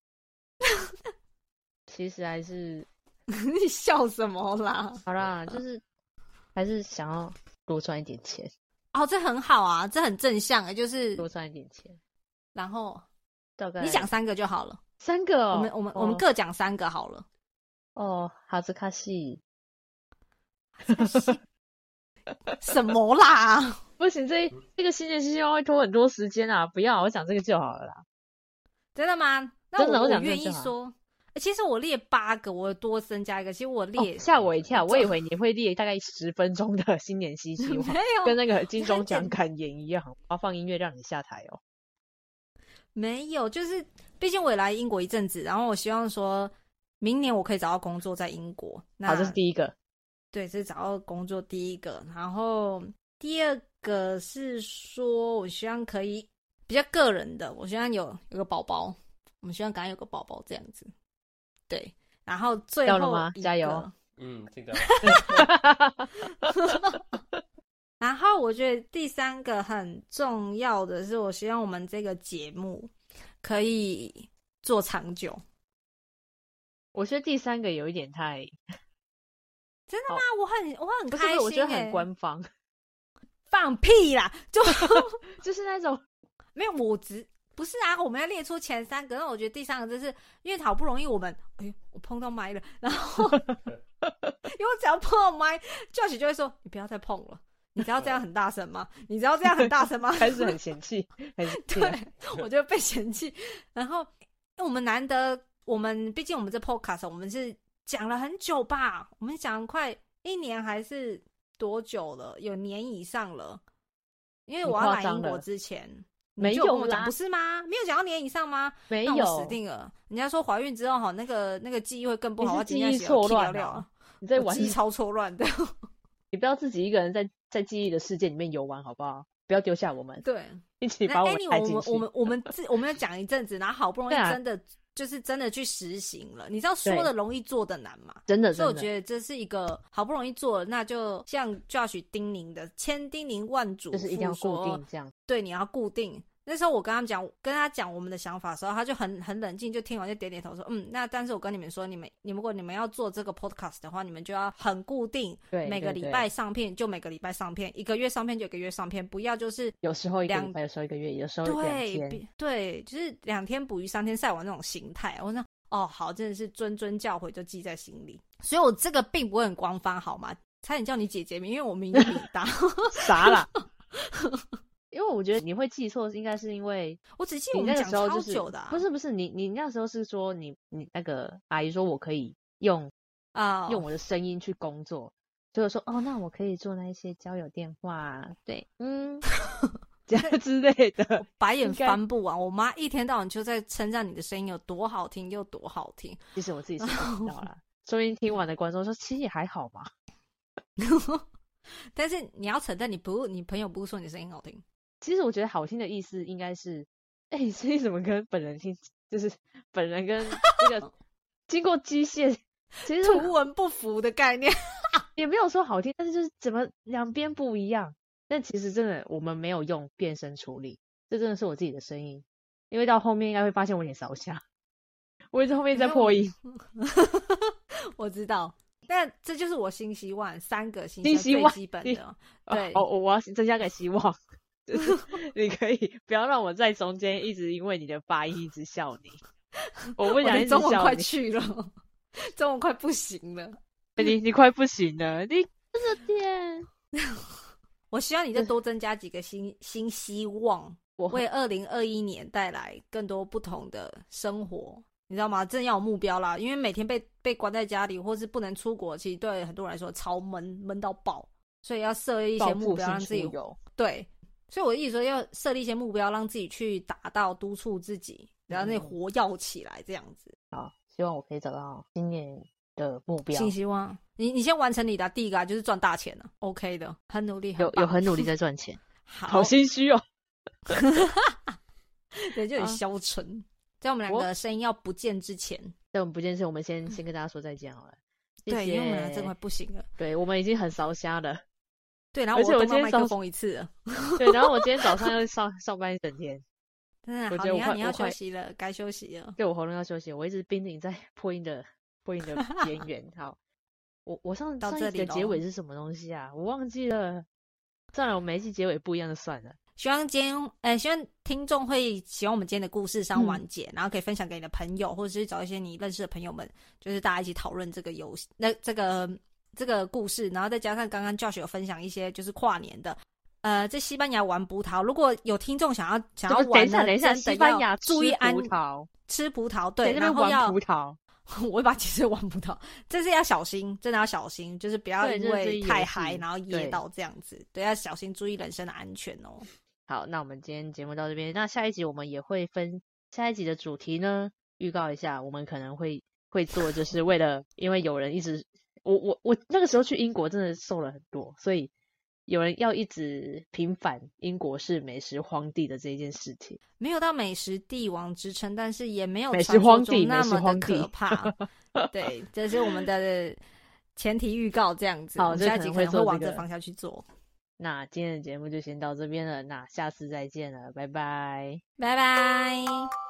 S2: 其实还是
S3: 你笑什么啦？
S2: 好啦，就是还是想要多赚一点钱，
S3: 哦，这很好啊，这很正向诶，就是
S2: 多赚一点钱。
S3: 然后
S2: 大概
S3: 你讲三个就好了，
S2: 三个哦，
S3: 我们我们我们
S2: 哦
S3: 各讲三个好了。
S2: 哦，哈兹卡西
S3: 什么啦？
S2: 不行，这这个新年新希望会拖很多时间啊！不要，我讲这个就好了啦。哦
S3: 真的吗？那
S2: 真的
S3: 我
S2: 我讲
S3: 愿
S2: 真的
S3: 意
S2: 啊
S3: 说。诶其实我列八个，我多增加一个。其实我列
S2: 哦吓、我一跳，我以为你会列大概十分钟的新年新 希望
S3: 没，有
S2: 跟那个金 钟
S3: 很
S2: 奖
S3: 简
S2: 感言一样，我要放音乐让你下台哦。
S3: 没有，就是毕竟我也来英国一阵子，然后我希望说明年我可以找到工作在英国。那
S2: 好，这是第一个。
S3: 对，这是找到工作第一个，然后第二个是说我希望可以比较个人的，我希望有有个宝宝，我们希望赶快有个宝宝这样子。对，然后最
S2: 要
S3: 后
S2: 了吗
S3: 一
S2: 加油哦
S3: 个
S1: 嗯，这个
S3: 然后我觉得第三个很重要的是，我希望我们这个节目可以做长久。
S2: 啊我觉得第三个有一点太，
S3: 真的吗？我很我很
S2: 不是
S3: 开
S2: 不是，
S3: 心、欸，
S2: 我觉得很官方，
S3: 放屁啦！就
S2: 就是那种
S3: 没有我只不是啊，我们要列出前三个，那我觉得第三个真是因为好不容易我们，哎呦，我碰到麦了，然后因为我只要碰到麦，Josh 就会说你不要再碰了，你知道这样很大声吗？你知道这样很大声 吗？
S2: 开始很嫌弃，很嫌弃
S3: 对，我就被嫌弃。然后因为我们难得，我们毕竟我们这 podcast 我们是讲了很久吧，我们讲了快一年还是多久了？有年以上了。因为我要来英国之前，你
S2: 没
S3: 就跟
S2: 有
S3: 我讲，
S2: 啦
S3: 不，是吗？没有讲到年以上吗？
S2: 没
S3: 那我死
S2: 有，
S3: 定了。人家说怀孕之后哈，那个那个记忆会更不
S2: 你
S3: 好，
S2: 是
S3: 我今天
S2: 记忆
S3: 写
S2: 错乱
S3: 了
S2: 啊
S3: 了，
S2: 你在
S3: 我
S2: 玩
S3: 记忆超错乱的。
S2: 你不要自己一个人在在记忆的世界里面游玩，好不好？不要丢下我们，
S3: 对，
S2: 一起
S3: 那
S2: 把
S3: a
S2: 我
S3: n y
S2: 们带
S3: w a 哎我
S2: 进
S3: 们
S2: 去
S3: 我。们我们自我们要讲一阵子，然后好不容易
S2: 对啊
S3: 真的、就是真的去实行了。你知道说的容易，做的难嘛？
S2: 真的，
S3: 所以我
S2: 真的
S3: 觉得这是一个好不容易做了，那就像 Josh 叮咛的，千叮咛万嘱
S2: 就是一定要
S3: 咐
S2: 固
S3: 说
S2: 定，这样。
S3: 对，你要固定。那时候我跟他们讲，跟他讲我们的想法的时候，他就很很冷静，就听完就点点头说，嗯，那但是我跟你们说，你们你们如果你们要做这个 podcast 的话，你们就要很固定，
S2: 对，
S3: 每个
S2: 对
S3: 礼
S2: 对
S3: 拜上片就每个礼拜上片，一个月上片就一个月上片，不要就是
S2: 有时候一个
S3: 两
S2: 礼拜，有时候一个月，有时候两
S3: 对
S2: 天。
S3: 比对，就是两天捕鱼三天晒网那种心态。我说哦，好，真的是谆谆教诲，就记在心里。所以我这个并不会很官方，好吗？差点叫你姐姐名，因为我名字比你大。
S2: 啥啦？因为我觉得你会记错，应该是因为
S3: 我只记得
S2: 你
S3: 我
S2: 那
S3: 们
S2: 个
S3: 讲
S2: 时候
S3: 超
S2: 就是
S3: 久的、啊，
S2: 不是不是你你那时候是说你你那个阿姨说我可以用
S3: 啊、
S2: 用我的声音去工作，所以我说哦，那我可以做那一些交友电话，对，嗯，这样之类的。
S3: 白眼
S2: 应该
S3: 翻不完。我妈一天到晚就在称赞你的声音有多好听，又多好听。
S2: 其实我自己是不知道啦，说不定听完的观众说其实也还好嘛。
S3: 但是你要承认，你不，你朋友不是说你的声音好听，
S2: 其实我觉得好听的意思应该是，哎、你声音怎么跟本人听，就是本人跟这个经过机械，其实
S3: 图文不符的概念。
S2: 也没有说好听，但是就是怎么两边不一样。但其实真的我们没有用变声处理，这真的是我自己的声音，因为到后面应该会发现我脸烧瞎，我一直后面在
S3: 没有
S2: 破音，
S3: 我知道，但这就是我新希望三个新
S2: 新希
S3: 最
S2: 望
S3: 基本
S2: 你
S3: 的。对
S2: 哦，我我要增加个希望。就是 你可以不要让我在中间一直因为你的发音一直笑你，我不
S3: 我
S2: 想一
S3: 的
S2: 直
S3: 中文
S2: 笑
S3: 快
S2: 你。
S3: 去了，中文快不行了。
S2: 你你快不行了， 你这个天，
S3: 我希望你再多增加几个新新希望，
S2: 我
S3: 为二零二一年带来更多不同的生活，你知道吗？真的要有目标啦，因为每天被被关在家里，或是不能出国，其实对很多人来说超闷，闷到爆。所以要设立一些目标，让自己
S2: 有
S3: 对，所以我一直说要设立一些目标，让自己去达到，督促自己，然后那
S2: 嗯
S3: 活跃起来，这样子。
S2: 好，希望我可以找到今年的目标，
S3: 新希望。你你先完成你的第一个、啊，就是赚大钱了、OK 的，很努力，
S2: 有
S3: 棒
S2: 有很努力在赚钱，
S3: 好
S2: 好，心虚哦。
S3: 对，就很
S2: 啊
S3: 消沉。在我们两
S2: 我
S3: 个声音要不见之前，
S2: 在我们不见之前，我们先先跟大家说再见好了。谢
S3: 对，因为我们俩
S2: 谢
S3: 真的快不行了。
S2: 对我们已经很烧瞎了。
S3: 对，然后
S2: 而且我
S3: 我动
S2: 今
S3: 到
S2: 天
S3: 麦
S2: 早
S3: 克
S2: 上
S3: 风一次了，
S2: 对，然后我今天早上又上上班一整天，
S3: 真的
S2: 我
S3: 好，
S2: 觉得我
S3: 你要
S2: 快
S3: 你要
S2: 我
S3: 休
S2: 快
S3: 息了，该休息了。
S2: 对我喉咙要休息，我一直濒临在破音的破音的边缘。好，我我上
S3: 到
S2: 上
S3: 这
S2: 一
S3: 里
S2: 集的结
S3: 咯
S2: 尾是什么东西啊？我忘记了。算了，我每一集结尾不一样就算了。
S3: 希望今天，呃，希望听众会喜欢我们今天的故事上
S2: 嗯
S3: 完结，然后可以分享给你的朋友，或者是找一些你认识的朋友们，就是大家一起讨论这个游戏，那这个这个故事，然后再加上刚刚 Josh 有分享一些就是跨年的。呃，在西班牙玩葡萄，如果有听众想要想要
S2: 这不等
S3: 玩
S2: 一下，
S3: 呢，
S2: 等一下，
S3: 真的
S2: 西班牙
S3: 要注意
S2: 吃
S3: 安
S2: 葡萄，
S3: 吃葡萄，
S2: 在
S3: 对，
S2: 那边
S3: 然后
S2: 玩
S3: 要
S2: 葡萄，
S3: 我会把解释玩葡萄，这是要小心，真的要小心，就是不要
S2: 对
S3: 因
S2: 这是这
S3: 为
S2: 一游
S3: 太
S2: 戏
S3: 嗨然后噎
S2: 对
S3: 到这样子，对，要小心注意人身的安全哦。
S2: 好，那我们今天节目到这边，那下一集我们也会分下一集的主题呢，预告一下，我们可能会会做，就是为了因为有人一直，我我我那个时候去英国真的瘦了很多，所以有人要一直平反英国是美食荒地的这一件事情。
S3: 没有到美食帝王之称，但是也没有
S2: 美食
S3: 传说
S2: 荒地
S3: 中那
S2: 美食
S3: 么的
S2: 荒
S3: 可
S2: 地
S3: 怕。对，这是我们的前提预告，这样子。
S2: 好
S3: 我们
S2: 这
S3: 下
S2: 可
S3: 集
S2: 能
S3: 可
S2: 会
S3: 能会
S2: 做
S3: 往
S2: 这
S3: 这
S2: 个
S3: 方向去做。
S2: 那今天的节目就先到这边了，那下次再见了，拜拜。
S3: 拜拜。